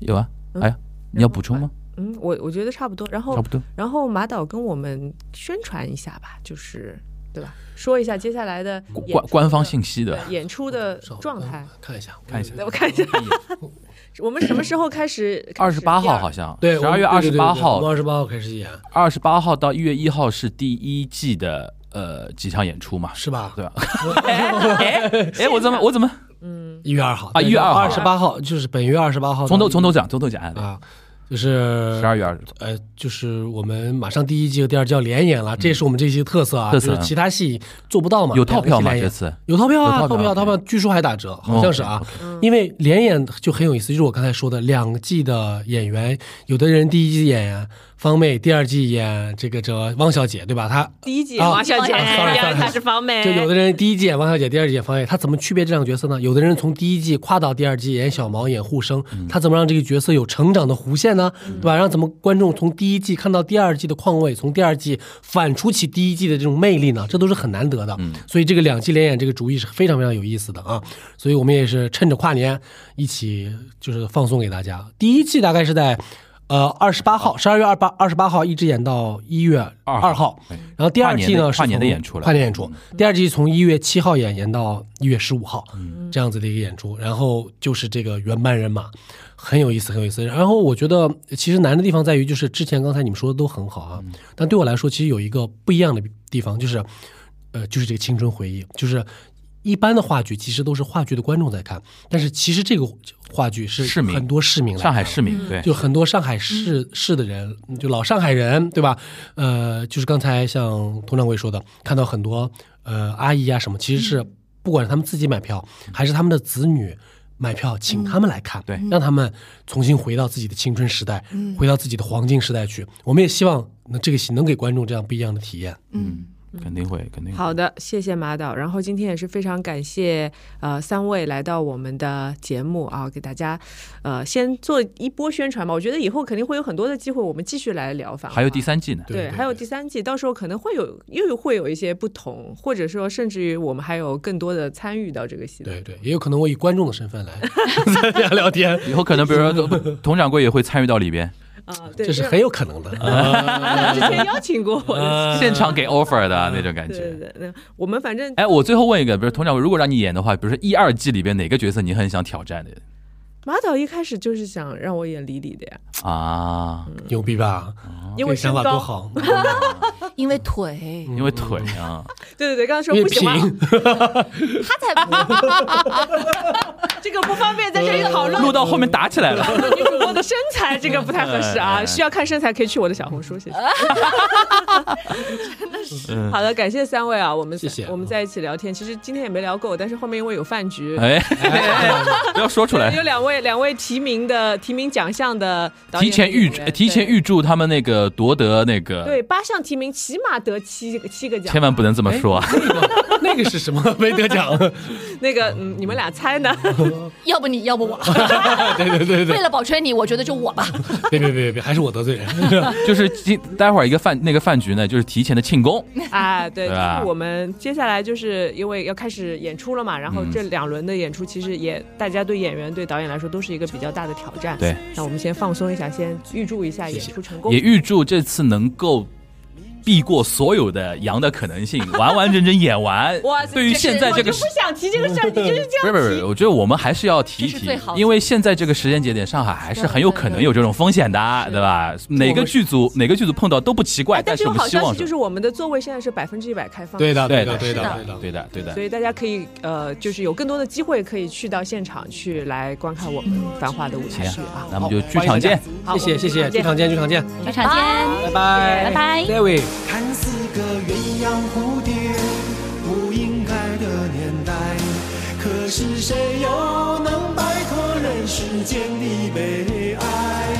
[SPEAKER 5] 有啊，哎呀，你要补充吗？
[SPEAKER 2] 嗯，我我觉得差不多。然
[SPEAKER 5] 差
[SPEAKER 2] 后
[SPEAKER 5] 不，多。
[SPEAKER 2] 然后马导跟我们宣传一下吧，就是对吧？说一下接下来的演
[SPEAKER 5] 官
[SPEAKER 2] 出
[SPEAKER 5] 官
[SPEAKER 2] 的
[SPEAKER 5] 方信息的
[SPEAKER 2] 对演出的
[SPEAKER 3] 稍等
[SPEAKER 2] 状态。
[SPEAKER 3] 看一下，
[SPEAKER 5] 看一 下
[SPEAKER 2] 对我看一下，我们什么时候开始？
[SPEAKER 5] 二十八
[SPEAKER 2] 开始第
[SPEAKER 5] 号
[SPEAKER 2] 二
[SPEAKER 5] 好像，
[SPEAKER 3] 对，
[SPEAKER 5] 十二月二十八号，
[SPEAKER 3] 二十八号开始演
[SPEAKER 5] 二十八号到一月一号是第一季的呃几场演 出嘛？
[SPEAKER 3] 是吧？
[SPEAKER 5] 对吧？哎哎，我怎么我怎么
[SPEAKER 3] 一月二号
[SPEAKER 5] 啊1月2号
[SPEAKER 3] 二十八号就是本月二十八号到，
[SPEAKER 5] 从头从头讲从头讲？哎
[SPEAKER 3] 啊，就是
[SPEAKER 5] 十二月二十，
[SPEAKER 3] 呃，就是我们马上第一季和第二季要联演了，这也是我们这期的特色啊，
[SPEAKER 5] 嗯特色啊
[SPEAKER 3] 就是其他戏做不到嘛。
[SPEAKER 5] 有套票吗？
[SPEAKER 3] 两
[SPEAKER 5] 这
[SPEAKER 3] 个戏联演
[SPEAKER 5] 次
[SPEAKER 3] 有套票啊，
[SPEAKER 5] 有套
[SPEAKER 3] 套
[SPEAKER 5] 票，OK
[SPEAKER 3] 票，
[SPEAKER 5] 哦
[SPEAKER 3] 套票，据说还打折，好像是啊。因为联演就很有意思，就是我刚才说的，两季的演员，有的人第一季演啊方妹，第二季演这个这个汪小姐，对吧？她
[SPEAKER 2] 第一季
[SPEAKER 3] 啊
[SPEAKER 2] 王小姐，
[SPEAKER 3] 啊
[SPEAKER 2] 第
[SPEAKER 3] ，sorry，
[SPEAKER 2] 二
[SPEAKER 3] sorry
[SPEAKER 2] 她是方妹，
[SPEAKER 3] 就有的人第一季演汪小姐，第二季演方艳，她怎么区别这两个角色呢？有的人从第一季跨到第二季演小毛、演护生，她怎么让这个角色有成长的弧线呢？对吧？让怎么观众从第一季看到第二季的况味，从第二季反出其第一季的这种魅力呢？这都是很难得的。所以这个两季连演这个主意是非常非常有意思的啊！所以我们也是趁着跨年一起就是放送给大家。第一季大概是在。呃，二十八号，十二月二八二十八号一直演到一月
[SPEAKER 5] 2
[SPEAKER 3] 二号，然后第二季呢
[SPEAKER 5] 跨年的跨年的
[SPEAKER 3] 是从
[SPEAKER 5] 演出了嗯
[SPEAKER 3] 跨年演出。第二季从一月七号演演到一月十五号，
[SPEAKER 5] 嗯
[SPEAKER 3] 这样子的一个演出，然后就是这个原班人马，很有意思，很有意思。然后我觉得其实难的地方在于，就是之前刚才你们说的都很好
[SPEAKER 5] 嗯
[SPEAKER 3] 啊，但对我来说，其实有一个不一样的地方，就是呃，就是这个青春回忆，就是。一般的话剧其实都是话剧的观众在看，但是其实这个话剧是
[SPEAKER 5] 市民
[SPEAKER 3] 很多市民来
[SPEAKER 5] 上海
[SPEAKER 3] 看的
[SPEAKER 5] 市
[SPEAKER 2] 嗯
[SPEAKER 5] 民对
[SPEAKER 3] 就很多上海市市的人，就老上海人，对吧？呃，就是刚才像佟掌柜说的，看到很多呃阿姨啊什么，其实是不管是他们自己买票，还是他们的子女买票，请他们来看，
[SPEAKER 5] 对
[SPEAKER 3] 让他们重新回到自己的青春时代，回到自己的黄金时代去。我们也希望那这个戏能给观众这样不一样的体验。
[SPEAKER 5] 嗯，肯定会，肯定会。
[SPEAKER 2] 好的，谢谢马导。然后今天也是非常感谢呃三位来到我们的节目啊，给大家呃先做一波宣传吧。我觉得以后肯定会有很多的机会，我们继续来聊法。
[SPEAKER 5] 还有第。三季呢，
[SPEAKER 2] 对，
[SPEAKER 3] 对
[SPEAKER 2] 还有第三季，到时候可能会有又会有一些不同，或者说甚至于我们还有更多的参与到这个戏。
[SPEAKER 3] 对对，也有可能我以观众的身份来参加聊天，
[SPEAKER 5] 以后可能比 如说佟掌柜也会参与到里边，
[SPEAKER 2] 啊，对，
[SPEAKER 3] 这是
[SPEAKER 2] 因为
[SPEAKER 3] 很有可能的。啊
[SPEAKER 2] 之前邀请过我
[SPEAKER 3] 呃
[SPEAKER 2] 的。
[SPEAKER 5] 现场给 offer 的那种啊感
[SPEAKER 2] 对对
[SPEAKER 5] 觉。
[SPEAKER 2] 对，那我们反正
[SPEAKER 5] 哎，我最后问一个，比如佟掌柜，如果让你演的话，比如说一二季里边哪个角色你很想挑战的
[SPEAKER 2] 马导一开始就是想让我演李李的呀，
[SPEAKER 5] 啊？
[SPEAKER 3] 牛逼吧？
[SPEAKER 2] 因为
[SPEAKER 3] 这
[SPEAKER 2] 身
[SPEAKER 3] 想法多
[SPEAKER 2] 高，
[SPEAKER 3] 好，
[SPEAKER 7] 嗯
[SPEAKER 4] 因为腿，
[SPEAKER 5] 因为腿啊，
[SPEAKER 2] 对对对，刚刚说
[SPEAKER 3] 因为
[SPEAKER 2] 不喜欢，
[SPEAKER 3] 平，
[SPEAKER 4] 他才不
[SPEAKER 2] 这个不方便在这里讨论。
[SPEAKER 5] 录到后面打起来了。
[SPEAKER 2] 女主播的身材这个不太合 适啊，
[SPEAKER 5] 嗯
[SPEAKER 2] 需要看身材可以去我的小红书，谢谢。真的
[SPEAKER 5] 嗯
[SPEAKER 2] 是好的，感谢三位啊，我们
[SPEAKER 3] 谢谢
[SPEAKER 2] 我们在一起聊天，其实今天也没聊够，但是后面因为有饭局。
[SPEAKER 5] 哎， 不要说出来
[SPEAKER 2] 有。两位两位提名的提名奖项的导演
[SPEAKER 5] 提前预呃
[SPEAKER 2] 和演员
[SPEAKER 5] 提前预祝他们那个夺得那个，
[SPEAKER 2] 对对，八项提名起码得七个七个奖，
[SPEAKER 5] 千万不能这么 说啊！
[SPEAKER 3] 那个是什么？没得奖。
[SPEAKER 2] 那个嗯，你们俩猜呢？
[SPEAKER 4] 要不你要不 我，
[SPEAKER 3] 对对对对
[SPEAKER 4] 为了保全你，我觉得就我吧。
[SPEAKER 3] 别别别别别，还是我得罪人。
[SPEAKER 5] 就是今待会儿一个饭那个饭局呢，就是提前的庆 功，
[SPEAKER 2] 啊，对，就
[SPEAKER 5] 对吧
[SPEAKER 2] 是我们接下来就是因为要开始演出了嘛，然
[SPEAKER 5] 嗯
[SPEAKER 2] 后这两轮的演出其实也大家对演员对导演来说都是一个比较大的挑战。
[SPEAKER 5] 对，
[SPEAKER 2] 那我们先放松一下，先预祝一下演出成功。
[SPEAKER 5] 也预祝这次能够避过所有的羊的可能性，完完整整演完
[SPEAKER 2] 哇。
[SPEAKER 5] 对于现在
[SPEAKER 2] 我
[SPEAKER 5] 这
[SPEAKER 2] 就
[SPEAKER 5] 个
[SPEAKER 2] 不
[SPEAKER 5] 时，
[SPEAKER 2] 想提这个事儿，你就是这 样
[SPEAKER 5] 不是不是，不是
[SPEAKER 2] 提。
[SPEAKER 5] 我觉得我们还是要提一
[SPEAKER 7] 这是
[SPEAKER 5] 提
[SPEAKER 7] 最好，的
[SPEAKER 5] 因为现在这个时间节点，上海还是很有可能有这种风险的，对吧？哪个剧组哪个剧组碰到都不奇怪，
[SPEAKER 2] 哎但
[SPEAKER 5] 哎是
[SPEAKER 2] 是
[SPEAKER 5] 我
[SPEAKER 2] 有
[SPEAKER 5] 们
[SPEAKER 2] 好
[SPEAKER 5] 希
[SPEAKER 2] 消
[SPEAKER 5] 望
[SPEAKER 2] 息就是是我们的座位现在是百分之一百开放。
[SPEAKER 3] 对的
[SPEAKER 5] 对
[SPEAKER 3] 对的对
[SPEAKER 5] 的
[SPEAKER 3] 的
[SPEAKER 4] 是
[SPEAKER 3] 对的
[SPEAKER 5] 对的对的
[SPEAKER 2] 所。以大家可以呃，就是有更多的机会可以去到现场去来观看我们繁华的舞台剧啊。
[SPEAKER 5] 那我们就剧场见。
[SPEAKER 2] 好
[SPEAKER 3] 谢谢谢
[SPEAKER 2] 我
[SPEAKER 3] 谢，
[SPEAKER 2] 们剧
[SPEAKER 3] 剧
[SPEAKER 2] 场
[SPEAKER 3] 场见剧场见，
[SPEAKER 4] 剧场见，
[SPEAKER 3] 拜
[SPEAKER 4] 拜
[SPEAKER 3] 拜
[SPEAKER 4] 拜。
[SPEAKER 3] ，David。
[SPEAKER 8] 看似个鸳鸯蝴蝶，不应该的年代。可是谁又能摆脱人世间的悲哀？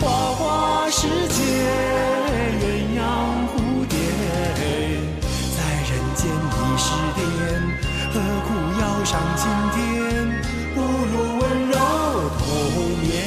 [SPEAKER 8] 花花世界，鸳鸯蝴蝶，在人间已是癫，何苦要上青天？不如温柔童年。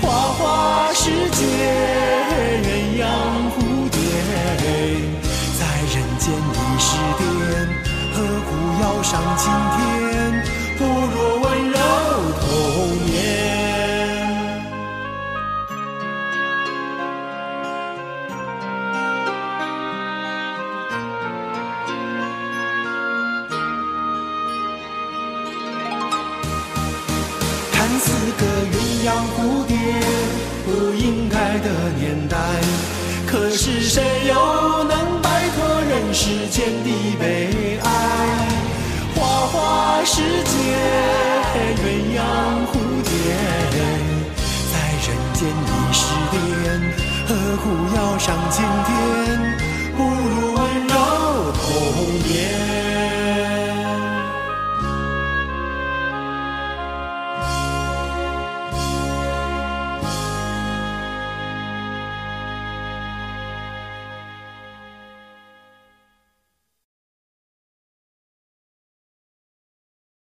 [SPEAKER 8] 花花世界，鸳鸯蝴蝶，在人间已是癫，何苦要上青天？不如温柔童年。看似个鸳鸯蝴蝶，不应该的年代。可是谁又能摆脱人世间的悲哀？花花世界，鸳鸯蝴蝶，在人间已是癫，何苦要上青天？不如温柔童年。